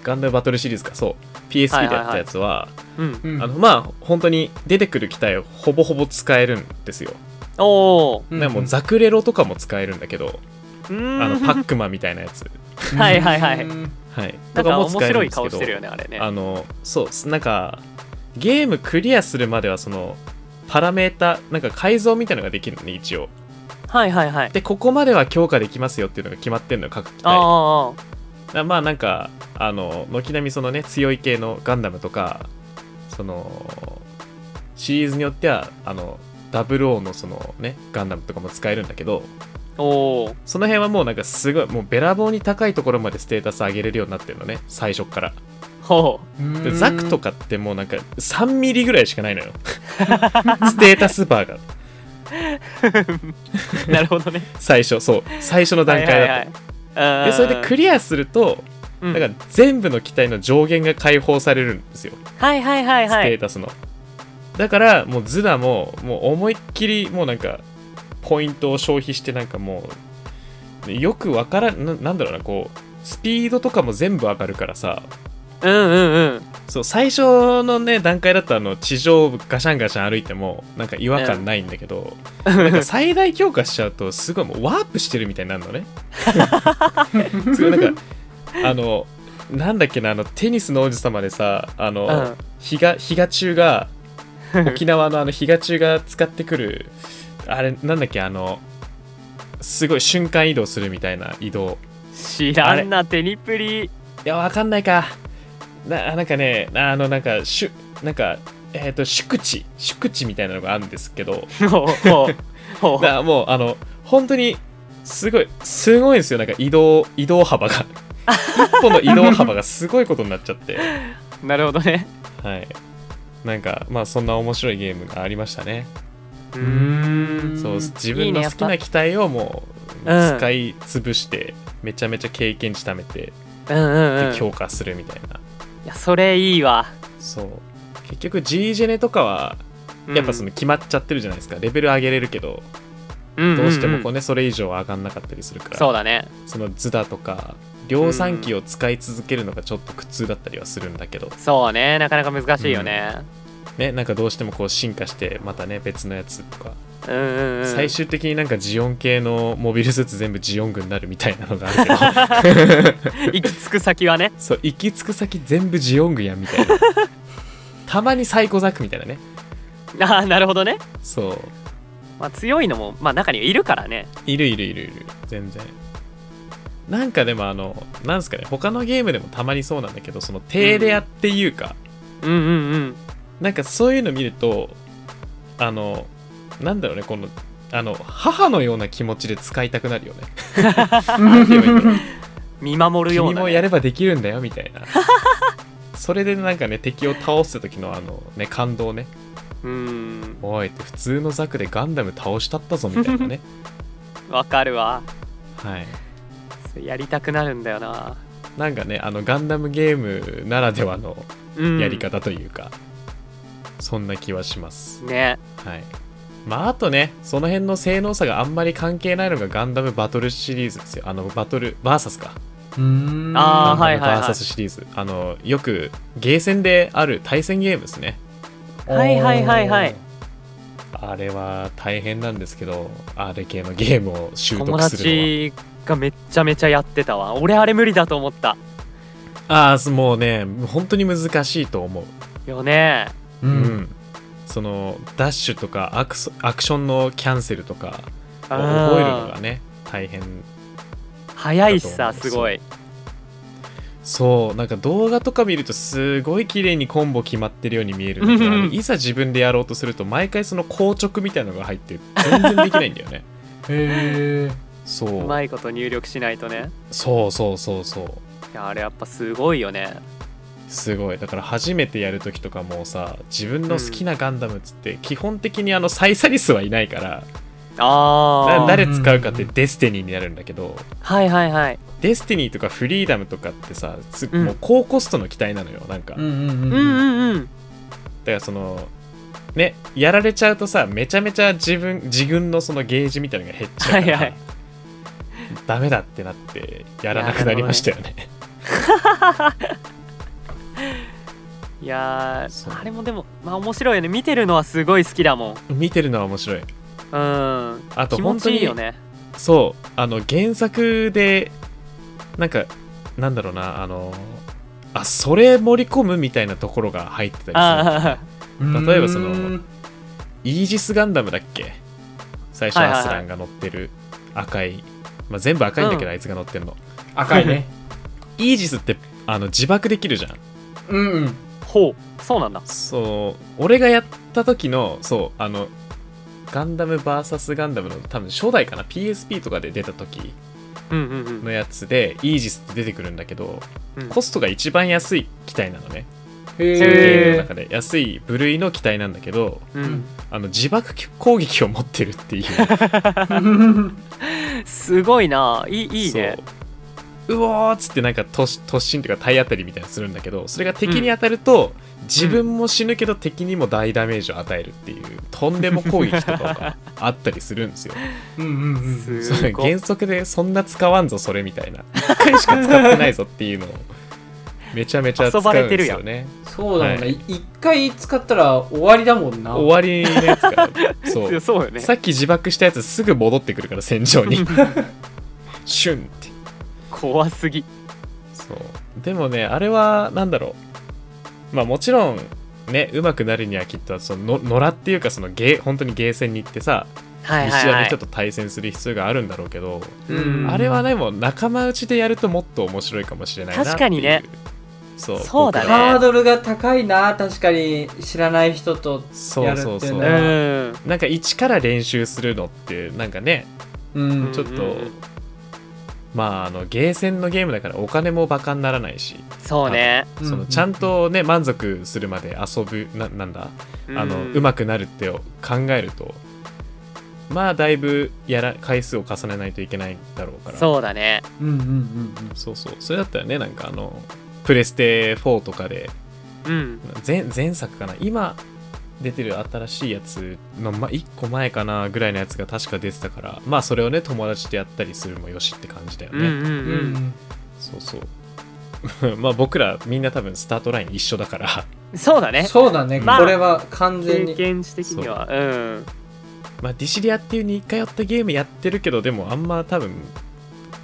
Speaker 3: ガンダムバトルシリーズかそう
Speaker 2: はい
Speaker 3: PSP
Speaker 2: は
Speaker 3: で
Speaker 2: いはい
Speaker 3: やったやつは,、
Speaker 2: うん
Speaker 1: うん
Speaker 3: あのまあ本当に出てくる機体をほぼほぼ使えるんですよ
Speaker 2: おお
Speaker 1: うん
Speaker 3: ね、もうザクレロとかも使えるんだけど、
Speaker 2: う
Speaker 3: あの
Speaker 2: ん
Speaker 3: パックマンみたいなやつ、
Speaker 2: はいはいはい
Speaker 1: うん
Speaker 3: はい、
Speaker 2: な
Speaker 3: と
Speaker 2: ん
Speaker 3: か
Speaker 2: か
Speaker 3: も
Speaker 2: 面
Speaker 3: 使える
Speaker 2: 白
Speaker 3: ん
Speaker 2: い
Speaker 3: ですけ
Speaker 2: 顔
Speaker 3: ど
Speaker 2: してるよねあれね
Speaker 3: あのそうすなんかゲームクリアするまではそのパラメータなんか改造みたいなのができるのね一応
Speaker 2: はいはいはい
Speaker 3: でここまでは強化できますよっていうのが決まってんのよ各機体だか
Speaker 2: あー
Speaker 3: らまあなんかあの軒並みそのね強い系のガンダムとかそのシリーズによってはあの00のそのねガンダムとかも使えるんだけど、
Speaker 2: あーおお
Speaker 3: その辺はもうなんかすごいもうべらぼうに高いところまでステータス上げれるようになってるのね最初っから
Speaker 2: ほ
Speaker 3: でザクとかってもうなんか3ミリぐらいしかな
Speaker 2: (laughs)
Speaker 3: いのよステータスバーが
Speaker 2: う (laughs) なるほど
Speaker 3: (laughs)
Speaker 2: ね
Speaker 3: 最初そう最初の段階だと、
Speaker 2: だ
Speaker 3: でそれでク
Speaker 2: リ
Speaker 3: リアするとだから全部の機体の上限が解放されるんですよ、
Speaker 2: はいはいはいは
Speaker 3: ステ
Speaker 2: い
Speaker 3: ータスのだからもうズダももう思いっきりもうなんかポイントを消費してなんかもうよくわからんななんだろうなこうスピードとかも全部上がるからさ
Speaker 2: うんうんうん
Speaker 3: そう最初のね段階だとあの地上をガシャンガシャン歩いてもなんか違和感ないんだけ
Speaker 2: (laughs)
Speaker 3: ど、なんか最大強化しちゃうとすごいもうワープしてるみたいになるのねすごいなんかあのなんだっけなあのテニスの王子様でさあ
Speaker 2: (laughs)
Speaker 3: の、
Speaker 2: うん
Speaker 3: 比嘉比嘉中が沖縄のあの比嘉中が使ってくるあれなんだっけあのすごい瞬間移動するみたいな移動
Speaker 2: 知らんなテニプリ (laughs)
Speaker 3: いや、わかんないか。ななんかね、あの、なんか、しゅなんか、えっ、と、宿地、宿地みたいなのがあるんですけど、
Speaker 2: ほうほうほう
Speaker 3: だもう、あの、本当に、すごい、すごいんですよ、なんか移動、移動
Speaker 2: (laughs)
Speaker 3: 幅が。一歩の移動幅がすごいことになっちゃって、
Speaker 2: なるほどね
Speaker 3: はい。なんか、まあ、そんな面白いゲームがありましたね。
Speaker 2: う
Speaker 1: う
Speaker 2: ーん
Speaker 3: そう、
Speaker 1: ん
Speaker 3: 自分の好き
Speaker 2: いいねや
Speaker 3: な
Speaker 2: っ
Speaker 3: 機体をもう、
Speaker 2: うん
Speaker 3: 使い潰して、めちゃめちゃ経験値貯めて、
Speaker 2: うんうんうん
Speaker 3: で強化するみたいな。
Speaker 2: いやそれいいわ
Speaker 3: そう結局 G ジェネとかはやっぱその決まっちゃってるじゃないですか、レベル上げれるけど
Speaker 2: うん
Speaker 3: どうしてもこう
Speaker 2: うんうん
Speaker 3: ねそれ以上は上がんなかったりするか
Speaker 2: うん
Speaker 3: ら
Speaker 2: そうだね
Speaker 3: その図だとか量産機を使い続けるのがちょっと苦痛だったりはするんだけど、
Speaker 2: そうねなかなか難しいよね、
Speaker 3: ね、なんかどうしてもこう進化してまたね別のやつとか、
Speaker 2: うん、うんうん
Speaker 3: 最終的になんかジオン系のモビルスーツ全部ジオン軍になるみたいなのが
Speaker 2: (laughs)
Speaker 3: あるけど
Speaker 2: 行き着く先はね (laughs)
Speaker 3: そう行き着く先全部ジオン軍やんみたいなたまにサイコザクみたいなね
Speaker 2: ああなるほどね、
Speaker 3: そう
Speaker 2: まあ、強いのも、まあ、中にはいるからね
Speaker 3: いるいるいるいる全然なんかでもあのなんすかね他のゲームでもたまにそうなんだけどその低レアっていうか、
Speaker 2: うんうんうん
Speaker 3: なんかそういうの見るとあのなんだろうねこのあの母のような気持ちで使いたくなるよね。なんて言えばいいんだろう
Speaker 2: 見守るよう
Speaker 3: 君
Speaker 2: な、
Speaker 3: も
Speaker 2: ね、
Speaker 3: やればできるんだよみたいな。それでなんかね敵を倒した時のあのね感動ね。
Speaker 2: うん
Speaker 3: おいって普通のザクでガンダム倒したったぞみたいなね。
Speaker 2: わかるわ
Speaker 3: はい。
Speaker 2: やりたくなるんだよな、
Speaker 3: なんかねあのガンダムゲームならではの
Speaker 2: うん、
Speaker 3: やり方というか、そんな気はします。
Speaker 2: ね
Speaker 3: はい。まああとね、その辺の性能差があんまり関係ないのがガンダムバトルシリーズですよ。あのバトル、バーサスか。
Speaker 1: うん
Speaker 2: あー
Speaker 3: ガンダム
Speaker 2: はいはいはい
Speaker 3: バーサスシリーズ。あの、よくゲーセンである対戦ゲームですね。
Speaker 2: はいはいはいはい
Speaker 3: あれは大変なんですけど、あれ系のゲームを習
Speaker 2: 友
Speaker 3: 得する
Speaker 2: 達がめっちゃめちゃやってたわ俺あれ無理だと思った
Speaker 3: のは。ああ、もうね、本当に難しいと思う。
Speaker 2: よね
Speaker 1: う
Speaker 3: うんん。その、ダッシュとかアクソアクションのキャンセルとか、
Speaker 2: うん
Speaker 3: 覚えるのがね、大変
Speaker 2: 早いしさ
Speaker 3: だと思う
Speaker 2: すごい
Speaker 3: そうなんか動画とか見るとすごい綺麗にコンボ決まってるように見えるんだけど、
Speaker 2: うんうん
Speaker 3: あれいざ自分でやろうとすると毎回その硬直みたいなのが入って全然できないんだ
Speaker 2: (laughs)
Speaker 3: よね
Speaker 1: へえ
Speaker 3: そう
Speaker 2: うまいこと入力しないとね
Speaker 3: そうそうそうそう
Speaker 2: いやあれやっぱすごいよね
Speaker 3: すごいだから初めてやる時とかもさ自分の好きなガンダムっつって、基本的にあのサイサリスはいないから
Speaker 2: あ
Speaker 3: な
Speaker 2: あ
Speaker 3: 誰使うかって
Speaker 1: うん
Speaker 3: デスティニーになるんだけど、
Speaker 2: はいはいはい
Speaker 3: デスティニーとかフリーダムとかってさつ
Speaker 2: うん
Speaker 3: もう高コストの機体なのよなんか、
Speaker 1: うんうんうん
Speaker 2: うんうんうん
Speaker 3: だからそのねやられちゃうとさめちゃめちゃ自分自分のそのゲージみたいなのが減っちゃうから、
Speaker 2: はいはい
Speaker 3: ダメだってなってやらなくなりましたよね
Speaker 2: いや
Speaker 3: そう
Speaker 2: ーあれもでもまあ面白いよね見てるのはすごい好きだもん
Speaker 3: 見てるのは面白い
Speaker 2: うん
Speaker 3: あと
Speaker 2: 気持
Speaker 3: 本当
Speaker 2: ち
Speaker 3: に
Speaker 2: いいよね
Speaker 3: そうあの原作でなんかなんだろうなあのあそれ盛り込むみたいなところが入ってたりする
Speaker 2: あ
Speaker 1: うん
Speaker 3: 例えばその
Speaker 1: うん
Speaker 3: イージスガンダムだっけ最初
Speaker 2: はいはいは
Speaker 3: ア
Speaker 2: い
Speaker 3: スランが乗ってる赤い、まあ、全部赤いんだけど、あいつが乗ってんの
Speaker 1: 赤いね
Speaker 3: イージスってあの自爆できるじゃん
Speaker 1: うんうん
Speaker 2: あほうそうなんだ
Speaker 3: そう俺がやった時のそうあのガンダム VS ガンダムの多分初代かな PSP とかで出た時
Speaker 2: うんうんうん
Speaker 3: のやつでイージスって出てくるんだけど
Speaker 2: うん
Speaker 3: コストが一番安い機体なのねゲームの
Speaker 1: へ
Speaker 3: 中で安い部類の機体なんだけど
Speaker 2: う
Speaker 1: え
Speaker 2: ん
Speaker 3: あの自爆攻撃を持ってるっていう
Speaker 2: すごいないいいいね
Speaker 3: そううおーっつってなんか突突進というか体当たりみたいなのするんだけどそれが敵に当たると、自分も死ぬけど敵にも大ダメージを与えるっていうとんでも攻撃とか
Speaker 2: (laughs)
Speaker 3: があったりするんですよ
Speaker 1: うんうんうん
Speaker 2: す
Speaker 3: そ
Speaker 2: ご
Speaker 3: う
Speaker 2: い
Speaker 3: 原則でそんな使わんぞそれみた
Speaker 2: (laughs)
Speaker 3: いな1回しか使ってないぞっていうのをめちゃめちゃ使うんですよね
Speaker 1: そうだもん
Speaker 3: は
Speaker 1: ね一回使ったら終わりだもんな
Speaker 3: 終わりのやつから
Speaker 2: (laughs)
Speaker 3: そ
Speaker 2: いや
Speaker 3: う
Speaker 2: そうよね
Speaker 3: さっき自爆したやつすぐ戻ってくるから
Speaker 2: (laughs)
Speaker 3: 戦場にシュンって
Speaker 2: 怖すぎ
Speaker 3: そうでもねあれはなんだろうまあもちろんね上手くなるにはきっとそのの野良っていうかそのゲー本当にゲーセンに行ってさ
Speaker 2: は
Speaker 3: 見
Speaker 2: いは
Speaker 3: 知
Speaker 2: い
Speaker 3: ら
Speaker 2: は
Speaker 3: ぬ
Speaker 2: い
Speaker 3: 人と対戦する必要があるんだろうけど
Speaker 1: うん
Speaker 3: あれはねもう仲間内でやるともっと面白いかもしれないなっていう
Speaker 2: 確かにね
Speaker 3: そう
Speaker 2: そうだね
Speaker 3: 僕は
Speaker 1: ハードルが高いな確かに知らない人と
Speaker 3: そうそう
Speaker 1: やるってい
Speaker 3: そうう
Speaker 1: の
Speaker 2: う
Speaker 1: は
Speaker 2: ん
Speaker 3: なんか一から練習するのってなんかね
Speaker 1: うん
Speaker 3: ちょっと、
Speaker 2: うんうんうん
Speaker 3: まああのゲーセンのゲームだからお金もバカにならないし、
Speaker 2: そうね
Speaker 3: そのちゃんとね満足するまで遊ぶななんだあの
Speaker 2: ん
Speaker 3: うまくなるって考えるとまあだいぶやら回数を重ねないといけないだろうから
Speaker 2: そうだね
Speaker 1: うんうんうんうん
Speaker 3: そうそうそれだったらねなんかあのプレステ4とかで
Speaker 2: うん
Speaker 3: 前前作かな今出てる新しいやつの、ま、1個前かなぐらいのやつが確か出てたからまあそれをね友達とやったりするもよしって感じだよ
Speaker 2: う
Speaker 3: ね、
Speaker 2: んうん
Speaker 1: う
Speaker 2: うん
Speaker 1: ん
Speaker 3: そうそう (laughs) まあ僕らみんな多分スタートライン一緒だから
Speaker 2: そうだね
Speaker 1: そうだね、
Speaker 2: まあ
Speaker 1: これは完全
Speaker 2: 経
Speaker 1: に
Speaker 2: 験値的にはうん
Speaker 3: まあディシリアっていうに通ったゲームやってるけどでもあんま多分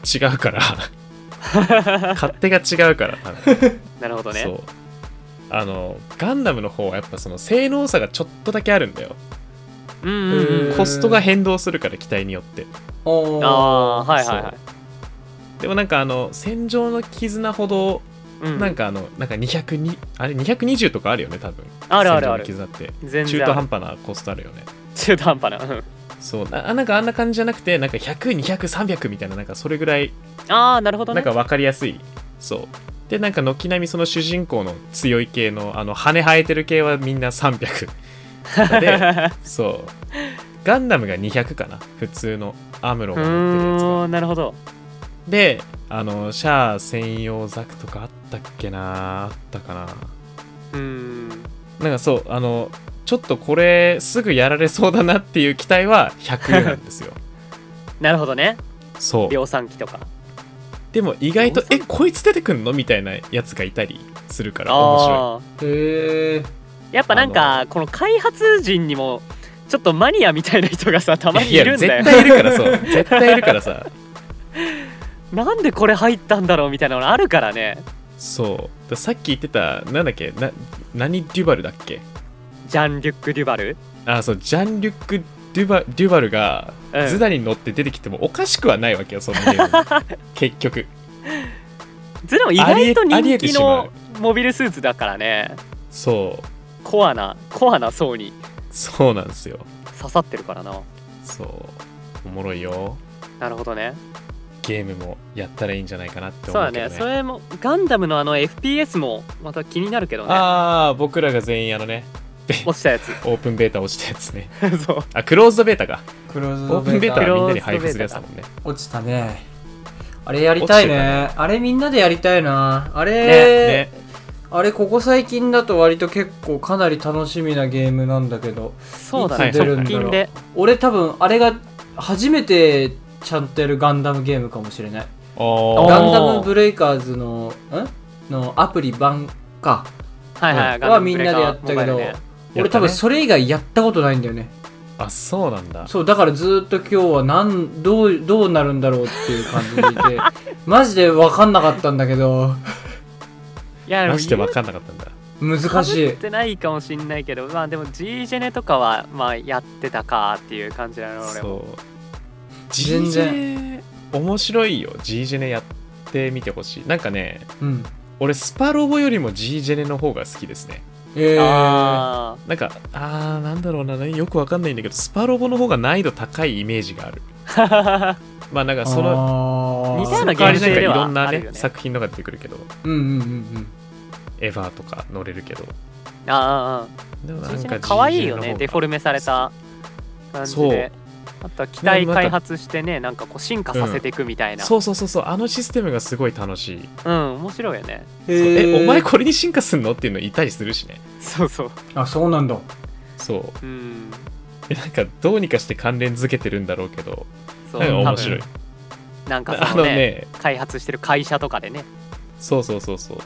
Speaker 3: 違う
Speaker 2: (laughs)
Speaker 3: から勝手が違うから多分
Speaker 2: なるほど
Speaker 3: そ
Speaker 2: ね
Speaker 3: うあのガンダムの方はやっぱその性能差がちょっとだけあるんだよ
Speaker 2: うんうんうん
Speaker 3: コストが変動するから機体によって
Speaker 1: おー
Speaker 2: ああーはいはいはい
Speaker 3: でもなんかあの戦場の絆ほど
Speaker 2: うん
Speaker 3: なんかあのなんか202あれ220とかあるよね多分
Speaker 2: あるあるある
Speaker 3: 戦場の絆って
Speaker 2: 全
Speaker 3: 中
Speaker 2: 然
Speaker 3: 途
Speaker 2: ある
Speaker 3: 半端なコストあるよね
Speaker 2: 中途半端なうん
Speaker 3: そうななんかあんな感じじゃなくてなんか100200みたいななんかそれぐらい
Speaker 2: ああなるほど
Speaker 3: な
Speaker 2: ね
Speaker 3: んか分かりやすいそうでなんか軒並みその主人公の強い系のあの羽生えてる系はみんな300
Speaker 2: (laughs)
Speaker 3: でそうガンダムが200かな普通のアムロ
Speaker 2: う
Speaker 3: が乗ってるやつが
Speaker 2: ーんなるほど
Speaker 3: であのシャア専用ザクとかあったっけなあったかな
Speaker 2: うん
Speaker 3: なんかそうあのちょっとこれすぐやられそうだなっていう期待は100なんですよ
Speaker 2: なるほどね (laughs)
Speaker 3: そう
Speaker 2: 量産機とか
Speaker 3: でも意外と
Speaker 2: どう
Speaker 3: えこいつ出てくんのみたいなやつがいたりするから面白
Speaker 2: ああ
Speaker 1: へえ
Speaker 2: やっぱなんかこの開発陣にもちょっとマニアみたいな人がさたま
Speaker 3: い
Speaker 2: に
Speaker 3: いや
Speaker 2: いるんだよ
Speaker 3: 絶対いるからそう絶対いるからさ
Speaker 2: なんでこれ入ったんだろうみたいなのあるからね
Speaker 3: そうださっき言ってたなんだっけな何デュバルだっけ
Speaker 2: ジャン・リュック・デュバル
Speaker 3: あそうジャンリュック・デュバデュバルが
Speaker 2: うん
Speaker 3: ズダに乗って出てきてもおかしくはないわけよそのゲー
Speaker 2: (laughs)
Speaker 3: ム結局
Speaker 2: ズラも意外と
Speaker 3: あり
Speaker 2: 人
Speaker 3: えて
Speaker 2: 気
Speaker 3: しまう
Speaker 2: のモビルスーツだからね
Speaker 3: そう
Speaker 2: コアなコアな層に
Speaker 3: そうなんですよ
Speaker 2: 刺さってるからな
Speaker 3: そうおもろいよ
Speaker 2: なるほどね
Speaker 3: ゲームもやったらいいんじゃないかなって
Speaker 2: そう
Speaker 3: 思
Speaker 2: だ
Speaker 3: うけど
Speaker 2: ね
Speaker 3: ね
Speaker 2: それもガンダムのあの FPS もまた気になるけどね
Speaker 3: ああ僕らが全員あのね
Speaker 2: 落ちたや
Speaker 3: (laughs)
Speaker 2: つ
Speaker 3: オープンベータ落ちたやつね
Speaker 2: そう
Speaker 3: あクローズドベータか
Speaker 1: クローズ
Speaker 3: オ
Speaker 1: ド
Speaker 3: ープンベータ
Speaker 2: クロ
Speaker 3: はみんなに配布するやつだもんね
Speaker 1: 落ちたねあれやりたいねあれみんなでやりたいなあれ、
Speaker 3: ね
Speaker 1: あれここ最近だと割と結構かなり楽しみなゲームなんだけど
Speaker 2: そうだ
Speaker 3: い
Speaker 2: ね
Speaker 3: つ出るんだろ
Speaker 2: 直
Speaker 3: う
Speaker 2: 近で
Speaker 1: 俺多分あれが初めてちゃんとやるガンダムゲームかもしれない
Speaker 3: お
Speaker 1: ガ
Speaker 3: ー
Speaker 1: ンダムブレイカーズのんのアプリ版か
Speaker 2: はいはい、ガンダ
Speaker 1: は
Speaker 2: ム
Speaker 1: みん
Speaker 2: ブレ
Speaker 1: な
Speaker 2: イカ
Speaker 1: で
Speaker 2: ー
Speaker 1: やったけ
Speaker 2: モバイ
Speaker 1: ど、
Speaker 2: ルね
Speaker 1: 俺多分それ以外やったことないんだよね
Speaker 3: あそうなんだ
Speaker 1: そうだからずーっと今日はなんどうどうなるんだろうっていう感じでい
Speaker 2: (laughs)
Speaker 1: てマジで分かんなかったんだけど
Speaker 2: いやで
Speaker 3: マ
Speaker 2: も
Speaker 3: ジで分かんなかったんだ
Speaker 1: 難し
Speaker 2: 被
Speaker 1: い
Speaker 2: ってないかもしんないけどまあでも G ジェネとかはまあやってたかっていう感じなの俺も
Speaker 3: そう
Speaker 1: 全
Speaker 3: G ジ
Speaker 1: 然
Speaker 3: ェネ面白いよ G ジェネやってみてほしいなんかね
Speaker 1: うん
Speaker 3: 俺スパロボよりも G ジェネの方が好きですね
Speaker 1: えー、
Speaker 2: あ
Speaker 3: なんかあーなんだろうなよくわかんないんだけどスパロボの方が難易度高いイメージがある
Speaker 2: (laughs) あ
Speaker 3: まあなんかその
Speaker 1: あー
Speaker 2: 似たような
Speaker 3: 代わりなんか
Speaker 2: ゲ
Speaker 3: い
Speaker 2: ーム性では
Speaker 3: ろんな
Speaker 2: あ
Speaker 3: ね
Speaker 2: るよね
Speaker 3: 作品のが出てくるけど
Speaker 1: うんうんうん
Speaker 3: エヴァとか乗れるけど
Speaker 2: ああ
Speaker 3: でも
Speaker 2: あ
Speaker 3: な
Speaker 2: あ
Speaker 3: ん
Speaker 2: G ジェ
Speaker 3: か
Speaker 2: ネ可愛いよ
Speaker 3: G ジェネの方
Speaker 2: ね
Speaker 3: が
Speaker 2: デフォルメされた感じであとは機体開発してねなんかこう進化させていくみたいな
Speaker 3: そうそうそうそうあのシステムがすごい楽しい、
Speaker 2: うん面白いよね
Speaker 1: うん
Speaker 3: そう
Speaker 1: へー
Speaker 3: えお前これに進化すんのっていうのいたりするしね
Speaker 2: そうそう
Speaker 1: あそうなんだ
Speaker 3: そ
Speaker 2: う
Speaker 3: う
Speaker 2: ん
Speaker 3: えなんかどうにかして関連づけてるんだろうけど
Speaker 2: そう
Speaker 3: なんか面白
Speaker 2: 多
Speaker 3: い
Speaker 2: 分なんか
Speaker 3: あ
Speaker 2: その
Speaker 3: の
Speaker 2: ね
Speaker 3: ね
Speaker 2: 開発してる会社とかでね
Speaker 3: そうそうそうそう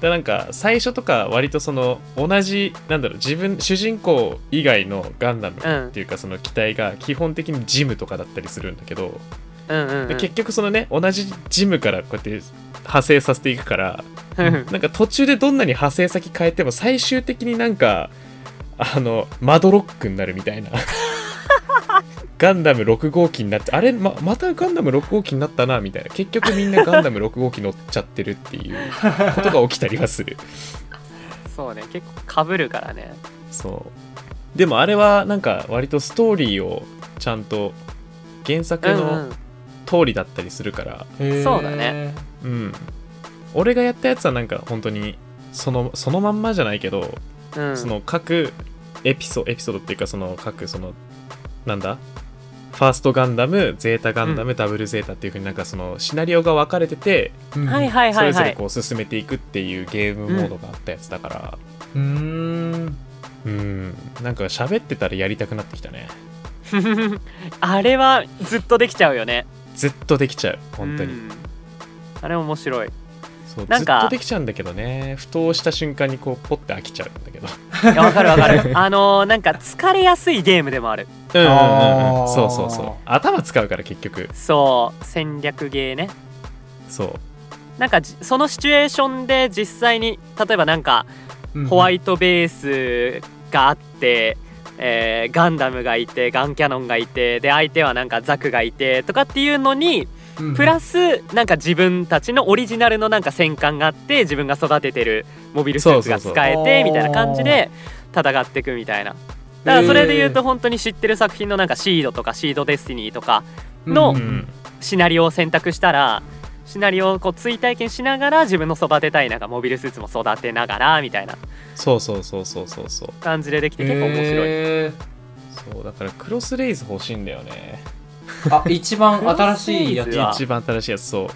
Speaker 3: でなんか最初とか割とその同じなんだろう自分主人公以外のガンダム
Speaker 2: うん
Speaker 3: っていうかその機体が基本的にジムとかだったりするんだけど、
Speaker 2: うんうん、
Speaker 3: で結局そのね同じジムからこうやって派生させていくから
Speaker 2: うん、
Speaker 3: なんか途中でどんなに派生先変えても最終的になんかあのマドロックになるみたいな (laughs) ガンダム6号機になってあれままたガンダム6号機になったなみたいな結局みんなガンダム6号機乗っちゃってるっていうことが起きたりはする (laughs)
Speaker 2: そうね結構かぶるからね
Speaker 3: そうでもあれはなんか割とストーリーをちゃんと原作
Speaker 2: うんう
Speaker 3: の
Speaker 2: ん
Speaker 3: 通りだったりするから
Speaker 1: へー
Speaker 2: そうだね
Speaker 3: うん俺がやったやつはなんか本当にそのそのまんまじゃないけど
Speaker 2: うん
Speaker 3: その各エピソエピソードっていうかその各そのなんだファーストガンダムゼータガンダム、
Speaker 2: う
Speaker 3: ダブルゼータっていうふうになんかそのシナリオが分かれてて
Speaker 1: うん
Speaker 2: はいはい
Speaker 3: そ
Speaker 2: は
Speaker 3: れ
Speaker 2: い
Speaker 3: ぞ
Speaker 2: は
Speaker 3: れ
Speaker 2: い
Speaker 3: こう進めていくっていうゲームモードがあったやつだから
Speaker 1: うーん
Speaker 3: うんなんか喋ってたらやりたくなってきたね
Speaker 2: (laughs) あれはずっとできちゃうよね
Speaker 3: ずっとできちゃう本当に、
Speaker 2: うんあれ面白い
Speaker 3: そう
Speaker 2: なんか
Speaker 3: ずっとできちゃうんだけどねふとした瞬間にこうポッて飽きちゃうんだけど
Speaker 2: いやわかるわか
Speaker 3: (laughs)
Speaker 2: るあのーなんか疲れやすいゲームでもある
Speaker 3: うんうんうんう
Speaker 1: あー
Speaker 3: んそうそうそう頭使うから結局
Speaker 2: そう戦略ゲーね
Speaker 3: そう
Speaker 2: なんかじそのシチュエーションで実際に例えばなんかホワ
Speaker 1: イ
Speaker 2: イトベースがあって、えーガンダムがいてガンキャノンがいてで相手はなんかザクがいてとかっていうのに
Speaker 1: ト
Speaker 2: プラスなんか自分たちのオリジナルのなんか戦艦があって自分が育ててるモビルスーツが使え
Speaker 1: そうそうそう
Speaker 2: てみたいな感じで戦っていくみたいなだからそれで言うと本当に知ってる作品のなんかシードとかシードデスティニーとかの
Speaker 3: う
Speaker 1: うんん
Speaker 2: シナリオを選択したらシナリオをこう追体験しながら自分の育てたいなんかモビルスーツも育てながらみたいな
Speaker 3: そうそうそうそうそうそう
Speaker 2: 感じでできて結構面白い、
Speaker 1: へ
Speaker 3: そうだからクロスレイズ欲しいんだよね
Speaker 1: ーあ一番新しいや
Speaker 2: ク
Speaker 1: つ (laughs)
Speaker 2: ロスレイズは
Speaker 3: 一番新しいやつそう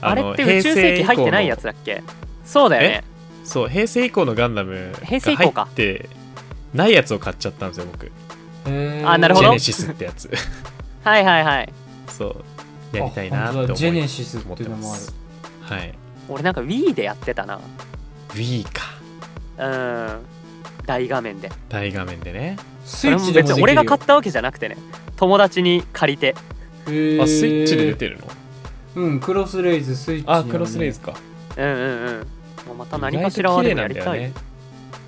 Speaker 2: あれ
Speaker 3: の
Speaker 2: って宇宙世紀入ってないやつだっけそうだよね
Speaker 3: そう平成以降のガンダムが
Speaker 2: 平成以降か
Speaker 3: 入ってないやつを買っちゃったんですよ僕
Speaker 1: へー
Speaker 2: あなるほ
Speaker 3: ジ
Speaker 2: ど
Speaker 3: ェネシスって
Speaker 2: (laughs)
Speaker 3: やつ
Speaker 2: はいはいはい
Speaker 3: そうやりたいな
Speaker 1: あ
Speaker 3: っ
Speaker 1: 本
Speaker 3: て
Speaker 1: 当
Speaker 3: 思
Speaker 1: だ
Speaker 3: い
Speaker 1: ジェネシスっていうの
Speaker 3: 思
Speaker 1: もあ
Speaker 3: っ
Speaker 1: る
Speaker 3: てはい
Speaker 2: 俺なんか Wii でやってたな
Speaker 3: Wii か
Speaker 2: うん大画面で
Speaker 3: 大画面でね
Speaker 1: ス
Speaker 2: そ
Speaker 1: イ
Speaker 2: れ
Speaker 1: ッ
Speaker 2: も
Speaker 1: チでも
Speaker 2: 別
Speaker 1: でき
Speaker 2: に
Speaker 1: る
Speaker 2: 俺が買ったわけじゃなくてね友達に借りて
Speaker 1: あスイッ
Speaker 3: あスイッチで出てるの
Speaker 1: うんクロスレイズスイッチには
Speaker 3: あ
Speaker 1: ね
Speaker 3: クロスレイズか
Speaker 2: うんうんうんもうまた何
Speaker 3: 意
Speaker 2: か
Speaker 3: 外
Speaker 2: し
Speaker 3: と
Speaker 2: らは
Speaker 3: 綺
Speaker 2: で
Speaker 3: 麗
Speaker 2: も
Speaker 3: な
Speaker 2: や
Speaker 3: ん
Speaker 2: り
Speaker 3: だ
Speaker 2: た
Speaker 3: よ
Speaker 2: い
Speaker 3: ね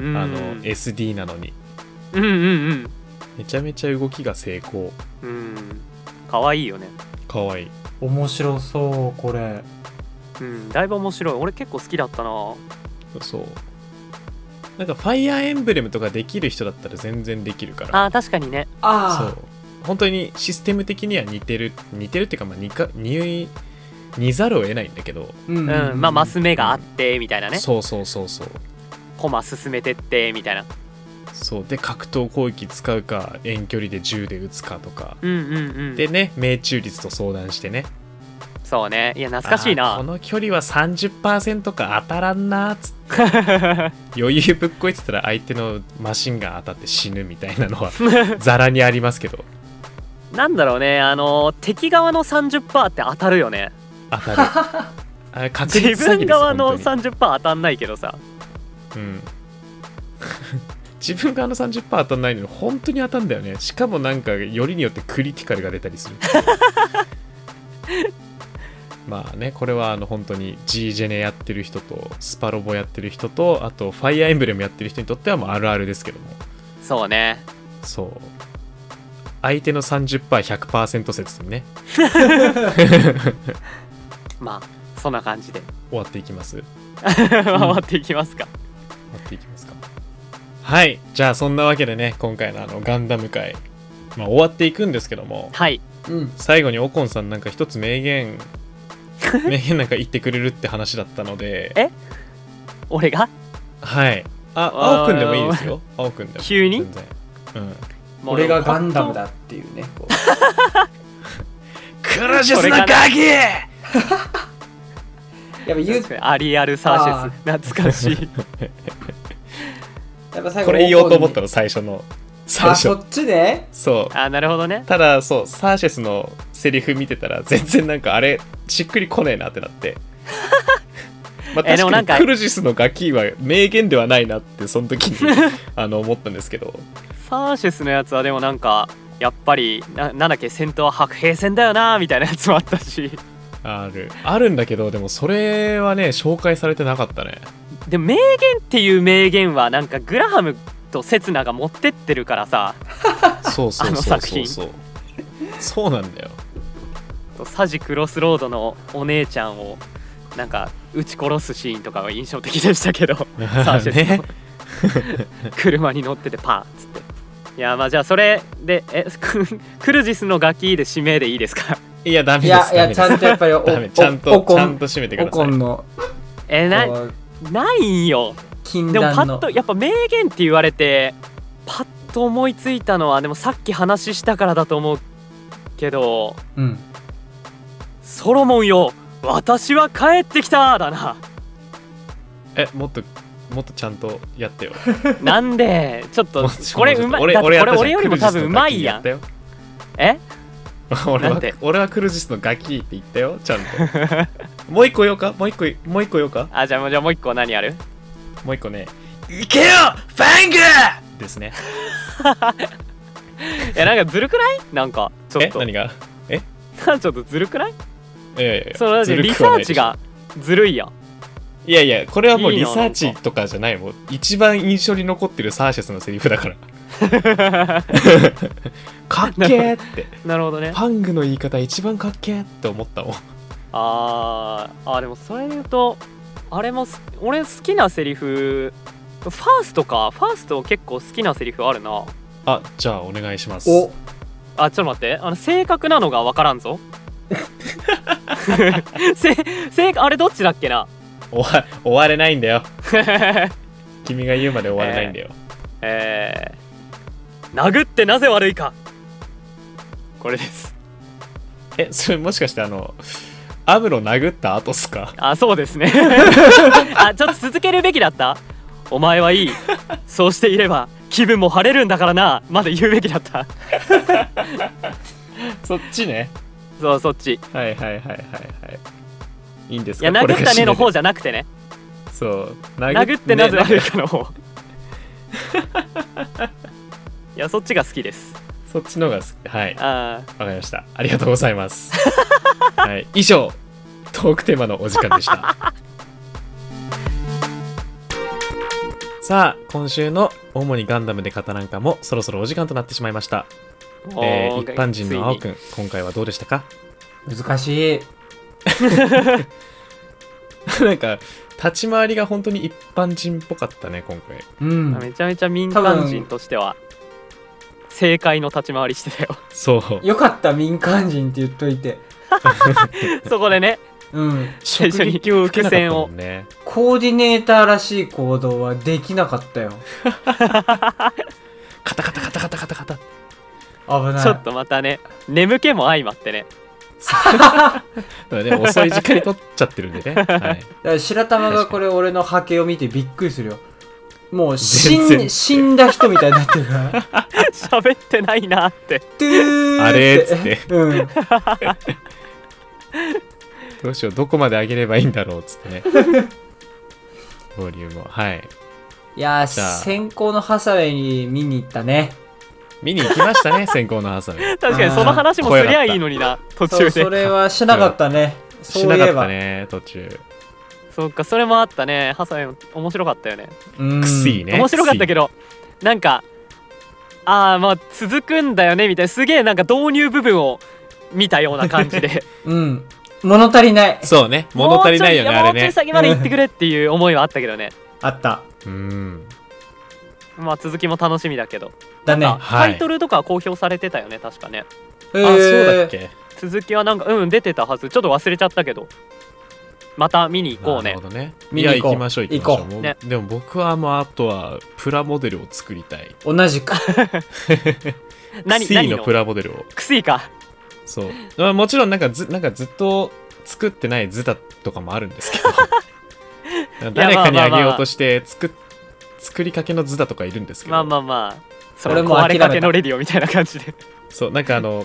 Speaker 2: うん
Speaker 3: あの SD なのに
Speaker 2: うんうん
Speaker 3: めちゃめちゃ動きが成功
Speaker 2: うんうんかわいいよね
Speaker 3: かわいい
Speaker 1: 面白そうこれ
Speaker 2: うんだいぶ面白い俺結構好きだったな
Speaker 3: そうなんかファイアーエンブレムとかできる人だったら全然できるから
Speaker 2: あー確かにね
Speaker 3: そ
Speaker 1: あ
Speaker 3: う本当にシステム的には似てる似てるっていうかまあ似か似似ざるを得ないんだけど、
Speaker 1: ううん
Speaker 2: うんまあマス目があってみたいなね
Speaker 3: そうそうそうそう
Speaker 2: コマ進めてってみたいな
Speaker 3: そうで格闘攻撃使うか遠距離で銃で撃つかとか、
Speaker 2: うんうんうん
Speaker 3: でね命中率と相談してね
Speaker 2: そうねいや懐かしい
Speaker 3: あーこ
Speaker 2: な
Speaker 3: の距離は30%か当たらんなーっつっ
Speaker 2: (laughs)
Speaker 3: て余裕ぶっこいてたら相手のマシンが当たって死ぬみたいなのは (laughs) ざらにありますけど
Speaker 2: なんだろうねあの敵側の30%って当たるよね (laughs)
Speaker 3: 当たるあれ確
Speaker 2: 自
Speaker 3: 率詐欺ですよ
Speaker 2: 分側の
Speaker 3: 本当に
Speaker 2: 30%当たんないけどさ
Speaker 3: うん (laughs) 自分側の30%当たんないのに本当に当たんだよねしかもなんかよりによってクリティカルが出た
Speaker 2: (laughs)
Speaker 3: りするまあねこれはあの本当に G ジェネやってる人とスパロボやってる人とあとファイアーエンブレムやってる人にとってはもうあるあるですけども
Speaker 2: そうね
Speaker 3: そう相手の 30%100% 説にね
Speaker 2: まあそんな感じで
Speaker 3: 終わっていきます終
Speaker 2: 回っていきますか、
Speaker 3: わっていきますかはいじゃあそんなわけでね今回のあのガンダム会、まあ、終わっていくんですけども
Speaker 2: はい
Speaker 1: うん
Speaker 3: 最後にオコンさんなんか一つ名言名言なんか言ってくれるって話だったので
Speaker 2: え俺が
Speaker 3: はいあ
Speaker 2: あー
Speaker 3: 青くんでもいいですよ青くんでも
Speaker 2: 急に
Speaker 3: 全然うん
Speaker 2: もう
Speaker 1: 俺が
Speaker 2: でも
Speaker 1: ガンダムだっていうねこ
Speaker 3: クラ
Speaker 2: シスの
Speaker 3: 鍵
Speaker 1: うやっぱ言う
Speaker 2: 確かにアリアルサーシェス懐かしい
Speaker 1: やっぱ最後
Speaker 3: これ言おうと思ったの最初の最
Speaker 1: あそ
Speaker 3: 初
Speaker 1: っちで
Speaker 3: そう
Speaker 2: あなるほどね
Speaker 3: ただそうサーシェスのセリフ見てたら全然なんかあれしっくりこねえなってなって
Speaker 2: (laughs)
Speaker 3: まあ
Speaker 2: えでも
Speaker 3: 確か
Speaker 2: なん
Speaker 3: に
Speaker 2: か
Speaker 3: クルジスのガキは名言ではないなってその
Speaker 2: (laughs)
Speaker 3: 時にあの思ったんですけど
Speaker 2: サーシェスのやつはでもなんかやっぱりななんだっけ戦闘は白兵戦だよなみたいなやつもあったし
Speaker 3: あるあるんだけどでもそれはね紹介されてなかったね
Speaker 2: でも名言っていう名言はなんかグラハムとセツナが持ってってるからさ
Speaker 3: そうそうそ
Speaker 2: あ
Speaker 3: う
Speaker 2: の作
Speaker 3: そう
Speaker 2: 品
Speaker 3: そうそうなんだよ
Speaker 2: サジクロスロードのお姉ちゃんをなんか撃ち殺すシーンとかは印象的でしたけ
Speaker 1: (laughs)
Speaker 2: どサーシェス (laughs)
Speaker 3: ね
Speaker 2: の車に乗っててパーンっつっていやまあじゃあそれでえ (laughs) ククルジスのガキで指名でいいですか (laughs)
Speaker 3: いやダメ
Speaker 1: い
Speaker 3: です
Speaker 1: やいや
Speaker 3: ダメで
Speaker 1: ちゃん
Speaker 3: す
Speaker 1: とやっぱりお
Speaker 3: ダメちゃん
Speaker 1: お
Speaker 3: と
Speaker 1: おこ
Speaker 3: ちゃん
Speaker 1: ん
Speaker 3: と締めてく
Speaker 1: お
Speaker 3: ださ
Speaker 1: こ
Speaker 3: い
Speaker 1: んの
Speaker 2: えな
Speaker 1: こう
Speaker 2: ないんよ
Speaker 1: 禁
Speaker 2: でもパ
Speaker 1: 断
Speaker 2: ッ
Speaker 1: の
Speaker 2: とやっぱ名言って言われてパッと思いついたのはでもさっき話したからだと思うけど
Speaker 1: うん
Speaker 2: ソロモンよ私は帰ってきただ
Speaker 3: (laughs)
Speaker 2: な
Speaker 3: えもっともっとちゃんとやってよ
Speaker 2: なんでちょっと
Speaker 3: もうちょ
Speaker 2: これ
Speaker 3: も
Speaker 2: う
Speaker 3: うちょっと
Speaker 2: まいだってこ
Speaker 3: や
Speaker 2: れ
Speaker 3: ったじゃん
Speaker 2: 俺よりも多分うまいやん
Speaker 3: クルジ
Speaker 2: え
Speaker 3: スのガキやったよ (laughs) 俺
Speaker 2: なん
Speaker 3: は
Speaker 2: て
Speaker 3: 俺はクルジスのガキって言ったよちゃん
Speaker 2: (laughs)
Speaker 3: ともう一個言おうかもう一個もう一個言おうか
Speaker 2: あじゃあじゃあもう一個何ある (laughs)
Speaker 3: もう一個ねいけよファングですね
Speaker 2: いやなんかずるくないなんかちょ
Speaker 3: え
Speaker 2: っと
Speaker 3: 何がえ
Speaker 2: (laughs) なんかちょっとずるくない
Speaker 3: いやいやいや
Speaker 2: そのだって
Speaker 3: ずる
Speaker 2: リ
Speaker 3: くは
Speaker 2: サ
Speaker 3: な
Speaker 2: ー
Speaker 3: いでし
Speaker 2: チ
Speaker 3: ょ
Speaker 2: がずるいやん
Speaker 3: いやいやこれはもう
Speaker 2: いい
Speaker 3: リ
Speaker 2: の
Speaker 3: サーチとかじゃないもう一番印象に残ってるサーシャスのセリフ
Speaker 2: (laughs)
Speaker 3: だからかっけーって
Speaker 2: なるほどね
Speaker 3: ファングの言い方一番かっけーって思ったもん
Speaker 2: あーあーでもそれで言うとあれもす俺好きなセリフファーストかファースト結構好きなセリフあるな
Speaker 3: あじゃあお願いします
Speaker 1: お
Speaker 2: あちょっと待ってあの正確なのが分からんぞ (laughs) せ正あれどっちだっけな
Speaker 3: 終わ終われないん
Speaker 2: (laughs)
Speaker 3: だよ君が言うまで終われないんだよ、
Speaker 2: えー、殴ってなぜ悪いかこれです
Speaker 3: (laughs) えそれもしかしてあのアムロ殴った後っす
Speaker 2: (laughs)
Speaker 3: か
Speaker 2: あそうですねあちょっと続けるべきだったお前はいいそうしていれば気分も晴れるんだからなまだ言うべきだった
Speaker 3: そっちね
Speaker 2: そうそっち
Speaker 3: はいはいはいはいはいいいんです
Speaker 2: い
Speaker 3: か
Speaker 2: や殴ったねの
Speaker 3: これが締め
Speaker 2: 方じゃなくて
Speaker 3: (laughs)
Speaker 2: ね (laughs)
Speaker 3: でそう
Speaker 2: 殴ってなぜ
Speaker 3: ね
Speaker 2: 悪いかの方いやそっちが好きです
Speaker 3: そっちのが好きはい
Speaker 2: あー
Speaker 3: わかりました。ありがとうございます。 (laughs) はい、以上、トークテーマのお時間でした。 (laughs) さあ、今週の主にガンダムで語らんかもそろそろお時間となってしまいました。えー
Speaker 2: お
Speaker 3: 一
Speaker 2: ー
Speaker 3: 般人の青
Speaker 2: ついに
Speaker 3: くん、今回はどうでしたか
Speaker 1: 難しい
Speaker 3: なんか、立ち回りが本当に一般人っぽかったね、今回。
Speaker 1: うん
Speaker 2: めちゃめちゃ民間人としては正解の立ち回りしてたよ (laughs)
Speaker 3: そう。
Speaker 1: よかった民間人って言っといて
Speaker 2: そこでね
Speaker 1: うん
Speaker 2: 最初に
Speaker 3: 衝撃を受けなかったもんね。
Speaker 1: コーディネーターらしい行動はできなかったよ
Speaker 3: カタカタカタカタカタカタ。
Speaker 1: 危ない
Speaker 2: ちょっとまたね眠気も相まってね
Speaker 3: だからね、遅い時間に撮っちゃってるんでね。はい。
Speaker 1: だから白玉がこれ俺の波形を見てびっくりするよもう死
Speaker 3: 全然
Speaker 1: ん死んだ人みたいになってる
Speaker 3: (laughs)
Speaker 1: から
Speaker 2: 喋ってないなって
Speaker 1: トゥーって
Speaker 3: あれっつって
Speaker 1: うん
Speaker 3: (laughs) どうしよう、どこまで上げればいいんだろうっつってね。ボリュームを。はい。
Speaker 1: いやー
Speaker 3: じゃあ
Speaker 1: 先行のハサウェイに見に行ったね
Speaker 3: 見に行きました (laughs) ね、先行のハサウェイ。
Speaker 2: 確かにその話もすりゃいいのにな途
Speaker 1: そ
Speaker 2: 中
Speaker 1: うそ
Speaker 2: で
Speaker 1: れはしなかったね
Speaker 3: し
Speaker 1: そう
Speaker 3: ないか
Speaker 1: え
Speaker 3: った
Speaker 1: ば、
Speaker 3: ね、途中。
Speaker 2: そっかそれもあったねハサウェイも面白かったよね
Speaker 1: うん
Speaker 3: くしいね。
Speaker 2: 面白かったけ
Speaker 3: ど。
Speaker 2: どなんかああまあ続くんだよねみたいなすげえなんか導入部分を見たような感じで
Speaker 1: うん物足りない
Speaker 3: そうね、 (laughs) 物足りないよね、あ
Speaker 2: もうちょ
Speaker 3: れ
Speaker 2: い
Speaker 3: ね。
Speaker 2: 先まで行ってくれっていう思いはあったけどね
Speaker 1: あった
Speaker 3: うん。
Speaker 2: まあ続きも楽しみだけど
Speaker 1: だね
Speaker 2: あ
Speaker 1: あ
Speaker 3: はい
Speaker 2: タイトルとかは公表されてたよね確かね
Speaker 1: そ
Speaker 3: あ、そうだっけ
Speaker 2: 続きはなんかうん出てたはずちょっと忘れちゃったけどまた見に行こう
Speaker 3: な
Speaker 2: ね
Speaker 3: るほどね。
Speaker 1: 見
Speaker 3: い
Speaker 1: に
Speaker 3: や、
Speaker 1: 行こう
Speaker 3: 行きましょう、行きましょ
Speaker 1: 行こ
Speaker 3: う
Speaker 1: う
Speaker 3: もう。
Speaker 2: ね
Speaker 3: でも僕はもう、あとは、プラモデルを作りたい。
Speaker 1: 同じく
Speaker 2: 何
Speaker 3: C
Speaker 2: 何
Speaker 3: の
Speaker 2: の
Speaker 3: プラモデルを。
Speaker 2: クスイか
Speaker 3: そう。まあ、もちろん、なんかず、なんかずっと作ってないズタとかもあるんですけど。誰かにあげようとして、作っ、作りかけのズタとかいるんですけど。
Speaker 2: まあまあまあそれ
Speaker 1: 俺も
Speaker 2: 壊
Speaker 1: 諦
Speaker 2: れ
Speaker 1: めた
Speaker 2: かけのレディオみたいな感じで
Speaker 3: そう、なんかあの、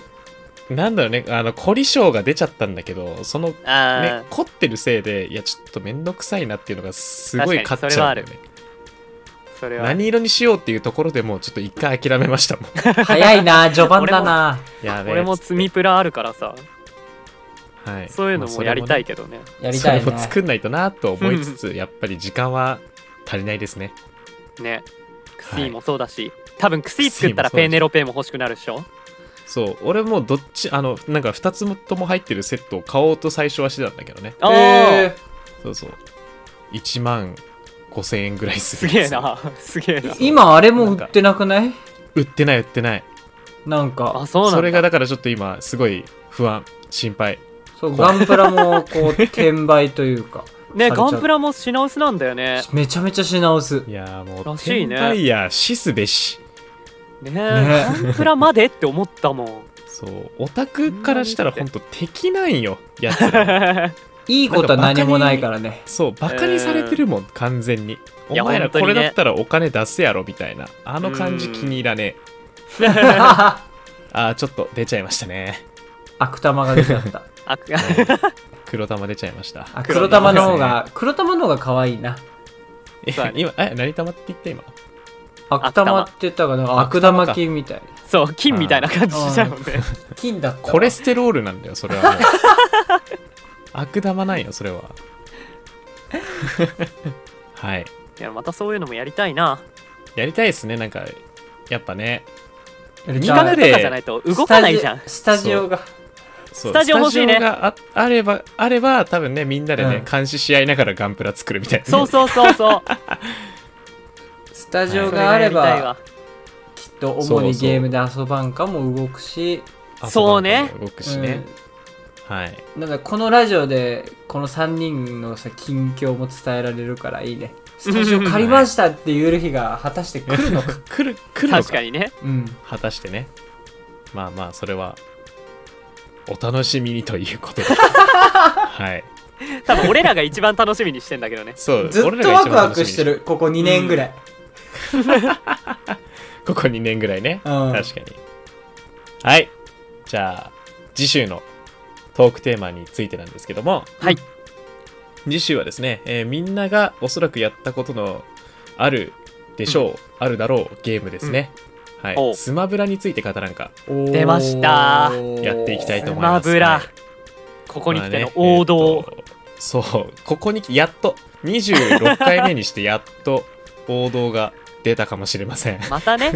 Speaker 3: なんだろうね、あの、凝り性が出ちゃったんだけど、その、ね、
Speaker 2: ああ
Speaker 3: 凝ってるせいで、いや、ちょっとめんどくさいなっていうのがすごい
Speaker 2: 確
Speaker 3: 勝
Speaker 2: か
Speaker 3: っ
Speaker 2: に
Speaker 3: ちゃうんだよね。
Speaker 2: それは
Speaker 3: 何色にしようっていうところでもうちょっと一回諦めましたもん。
Speaker 1: 早いな序盤だな
Speaker 3: やべえ
Speaker 2: (laughs) 俺も積みプラあるからさ
Speaker 3: はい、
Speaker 2: そういうのもやりたいけどね
Speaker 1: やり
Speaker 3: そ
Speaker 1: た
Speaker 3: れ
Speaker 1: い
Speaker 3: も
Speaker 1: ね
Speaker 3: 作んないとなと思いつつ、やっぱり時間は足りないですね。
Speaker 2: ねクス
Speaker 3: は
Speaker 2: イ
Speaker 3: い
Speaker 2: もそうだし、多分クスイ作ったらペーネロペーも欲しくなるでしょ
Speaker 3: そう、俺もどっち、あの、なんか2つとも入ってるセットを買おうと最初はしてたんだけどね。
Speaker 2: ああ、
Speaker 1: え
Speaker 3: そうそう。1万5000円ぐらいす
Speaker 2: す
Speaker 3: る
Speaker 2: げ
Speaker 3: や
Speaker 2: え
Speaker 3: つ。
Speaker 2: な (laughs) すげえな
Speaker 1: ー今あれも売ってなくない
Speaker 3: 売ってない売ってない。
Speaker 1: なん
Speaker 2: あ
Speaker 1: か
Speaker 2: そうなんだ
Speaker 3: それがだからちょっと今すごい不安心配
Speaker 1: そうガンプラもこう転売という
Speaker 2: (laughs)
Speaker 1: か
Speaker 2: ね
Speaker 1: されちゃ
Speaker 2: ガ
Speaker 1: う
Speaker 2: ンプラも品薄なんだよね
Speaker 1: めちゃめちゃ品薄
Speaker 3: いやーもう
Speaker 2: らしいね
Speaker 3: 転売や死すべし
Speaker 1: (laughs)
Speaker 2: ね
Speaker 1: ね
Speaker 2: ガンプラまでって思ったもん
Speaker 3: そうオタクからしたら本当敵なんよやつら
Speaker 1: いいことは何もないからね
Speaker 3: そうバカにされてるもん、完全にお
Speaker 2: いや
Speaker 3: 前ら
Speaker 2: 本当
Speaker 3: こ
Speaker 2: にね
Speaker 3: れだったらお金出せやろみたいなあの感じ気に入らねえあーちょっと出ちゃいましたね
Speaker 1: (laughs) 悪玉が出ちゃった
Speaker 2: あ
Speaker 3: 黒玉出ちゃいました
Speaker 1: あ黒玉の方が黒玉の方が可愛いな
Speaker 3: え
Speaker 2: そうだね
Speaker 3: 今え何玉って言った今
Speaker 1: 悪玉って言ったからなんか悪玉菌みたい
Speaker 2: (laughs) そう金みたいな感じしちゃうもん (laughs) ね
Speaker 1: な菌だったわ
Speaker 3: コレステロールなんだよそれ
Speaker 2: (laughs)
Speaker 3: はもう悪玉なんよそれは (laughs) はい
Speaker 2: いやまたそういうのもやりたいな
Speaker 3: やりたいですねなんかやっぱね
Speaker 2: 企
Speaker 3: じゃあ
Speaker 2: 画とかじゃないと動かないじゃん
Speaker 1: スタジオスタジオが
Speaker 3: そ
Speaker 2: ス
Speaker 3: う
Speaker 2: タジオ欲しいね
Speaker 3: スタジオがああればあれば多分ねみんなでね、
Speaker 1: うん
Speaker 3: 監視し合いながらガンプラ作るみたいなね、
Speaker 2: そうそうそうそう
Speaker 1: スタジオ
Speaker 2: (laughs) それ
Speaker 1: があ
Speaker 2: がや
Speaker 1: れ
Speaker 2: りたい
Speaker 1: ば
Speaker 2: わ
Speaker 1: きっと主にゲームで遊ばんかも動くし
Speaker 3: 遊ばんと
Speaker 2: そうね
Speaker 3: 動くしね、はい
Speaker 1: うんなんかこのラジオでこの3人のさ近況も伝えられるからいいねスタジオ借りましたって言える日が果たして来るのか
Speaker 3: 来る来るのか
Speaker 2: 確かにね
Speaker 1: うん
Speaker 3: 果たしてねまあまあそれはお楽しみにということで
Speaker 1: (laughs)
Speaker 3: はい
Speaker 2: 多分俺らが一番楽しみにしてんだけどね
Speaker 3: そう
Speaker 1: ずっ
Speaker 3: 俺ら
Speaker 1: と
Speaker 3: が
Speaker 1: ワ
Speaker 3: 一
Speaker 1: ク
Speaker 3: 番
Speaker 1: ワ
Speaker 3: 楽み
Speaker 1: ク
Speaker 3: に
Speaker 1: してるここ2年ぐらい、
Speaker 3: ここ2年ぐらいね、
Speaker 1: うん
Speaker 3: 確かにはいじゃあ次週のトークテーマについてなんですけども
Speaker 2: はい
Speaker 3: 次週はですね、えーみんながおそらくやったことのあるでしょう、あるだろうゲームですね、は
Speaker 2: お
Speaker 3: いうスマブラについて語らんか
Speaker 1: おー
Speaker 2: 出ました
Speaker 3: やっていきたいと思い
Speaker 2: マ
Speaker 3: ます
Speaker 2: ブラ
Speaker 3: はい
Speaker 2: ここに来ての
Speaker 3: まあね
Speaker 2: 王道、
Speaker 3: えーとそうここに来やっと26回目にしてやっと王道が出たかもしれません (laughs)
Speaker 2: また (laughs) ね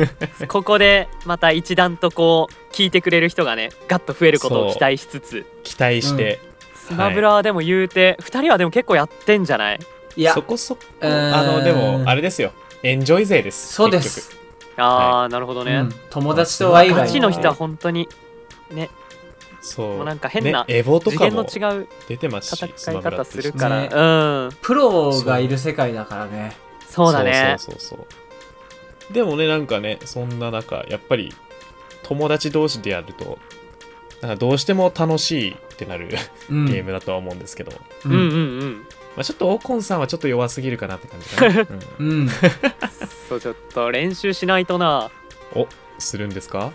Speaker 2: ここでまた一段とこう聞いてくれる人がねガッと増えることを期待しつつ
Speaker 3: 期待して、
Speaker 2: スマブラはでも言うて、二人はでも結構やってんじゃない
Speaker 1: いや
Speaker 3: そこそこ
Speaker 1: うーん
Speaker 3: あのでもあれですよエンジョイ勢です
Speaker 1: そうです、
Speaker 2: あー、なるほどね、
Speaker 1: うん友達とワイワ
Speaker 2: ガ
Speaker 1: イ
Speaker 2: チの人は本当に
Speaker 3: 結局そう
Speaker 2: もうなんか変な
Speaker 3: ねエボと
Speaker 2: 次
Speaker 3: か
Speaker 2: 元の
Speaker 3: も
Speaker 2: 違う
Speaker 3: 出てますしス
Speaker 2: 戦
Speaker 3: マ
Speaker 2: い
Speaker 3: ブラ
Speaker 2: 方
Speaker 3: っ
Speaker 2: す
Speaker 3: て
Speaker 2: るから、
Speaker 1: ね
Speaker 2: うん
Speaker 1: プロがいる世界だからね
Speaker 2: そうだね
Speaker 3: そうそうそうそうでもねなんかねそんな中やっぱり友達同士でやるとなんかどうしても楽しいってなる (laughs)
Speaker 1: うん
Speaker 3: ゲームだとは思うんですけど、
Speaker 1: う
Speaker 2: うん
Speaker 1: ん
Speaker 2: うんうん
Speaker 3: まあ、ちょっとオコンさんはちょっと弱すぎるかなって感じ
Speaker 2: (laughs)
Speaker 3: かな、うん
Speaker 1: うん
Speaker 2: そうちょっと練習しないとな
Speaker 3: おするんですか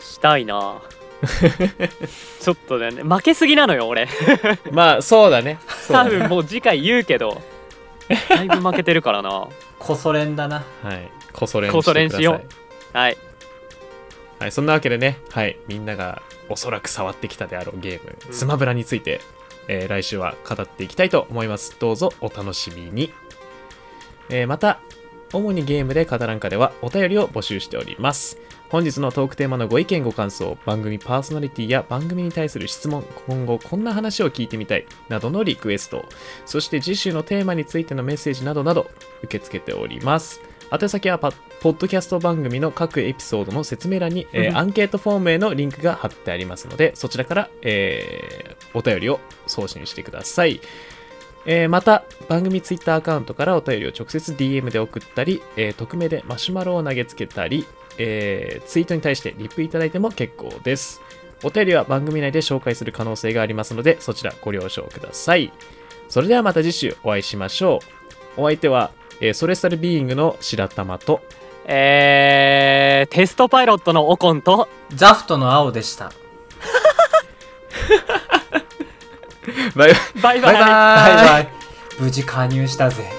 Speaker 2: したい
Speaker 3: (laughs)
Speaker 2: なちょっとね負けすぎなのよ俺
Speaker 3: まあそうだねそう
Speaker 2: 多
Speaker 3: だね
Speaker 2: 分もう次回言うけどだいぶ負けてるからな
Speaker 1: こそれんだな
Speaker 3: はいこそ練
Speaker 2: こそ練
Speaker 3: して
Speaker 2: し
Speaker 3: くだ
Speaker 2: よ
Speaker 3: さいう
Speaker 2: はい
Speaker 3: はい、そんなわけでね、はい、みんながおそらく触ってきたであろうゲーム、
Speaker 2: うん
Speaker 3: スマブラについて、えー来週は語っていきたいと思います。どうぞお楽しみに。えーまた、主にゲームで語らんかではお便りを募集しております。本日のトークテーマのご意見ご感想、番組パーソナリティや番組に対する質問、今後こんな話を聞いてみたいなどのリクエスト、そして次週のテーマについてのメッセージなどなど受け付けております。宛先はパポッドキャスト番組の各エピソードの説明欄に、えー
Speaker 2: うん
Speaker 3: アンケートフォームへのリンクが貼ってありますのでそちらから、えーお便りを送信してください、えーまた番組ツイッターアカウントからお便りを直接 DM で送ったり、えー匿名でマシュマロを投げつけたり、えーツイートに対してリプいただいても結構ですお便りは番組内で紹介する可能性がありますのでそちらご了承くださいそれではまた次週お会いしましょうお相手は、えーソレスタルビーイングの白玉と
Speaker 2: えー、テストパイロットのオコンと
Speaker 1: ザフトの青でした
Speaker 3: バイバ
Speaker 2: バ
Speaker 3: イ
Speaker 2: イバ
Speaker 3: バ
Speaker 2: イ
Speaker 3: イ
Speaker 1: バ
Speaker 3: バイ
Speaker 1: イバイ無事加入したぜ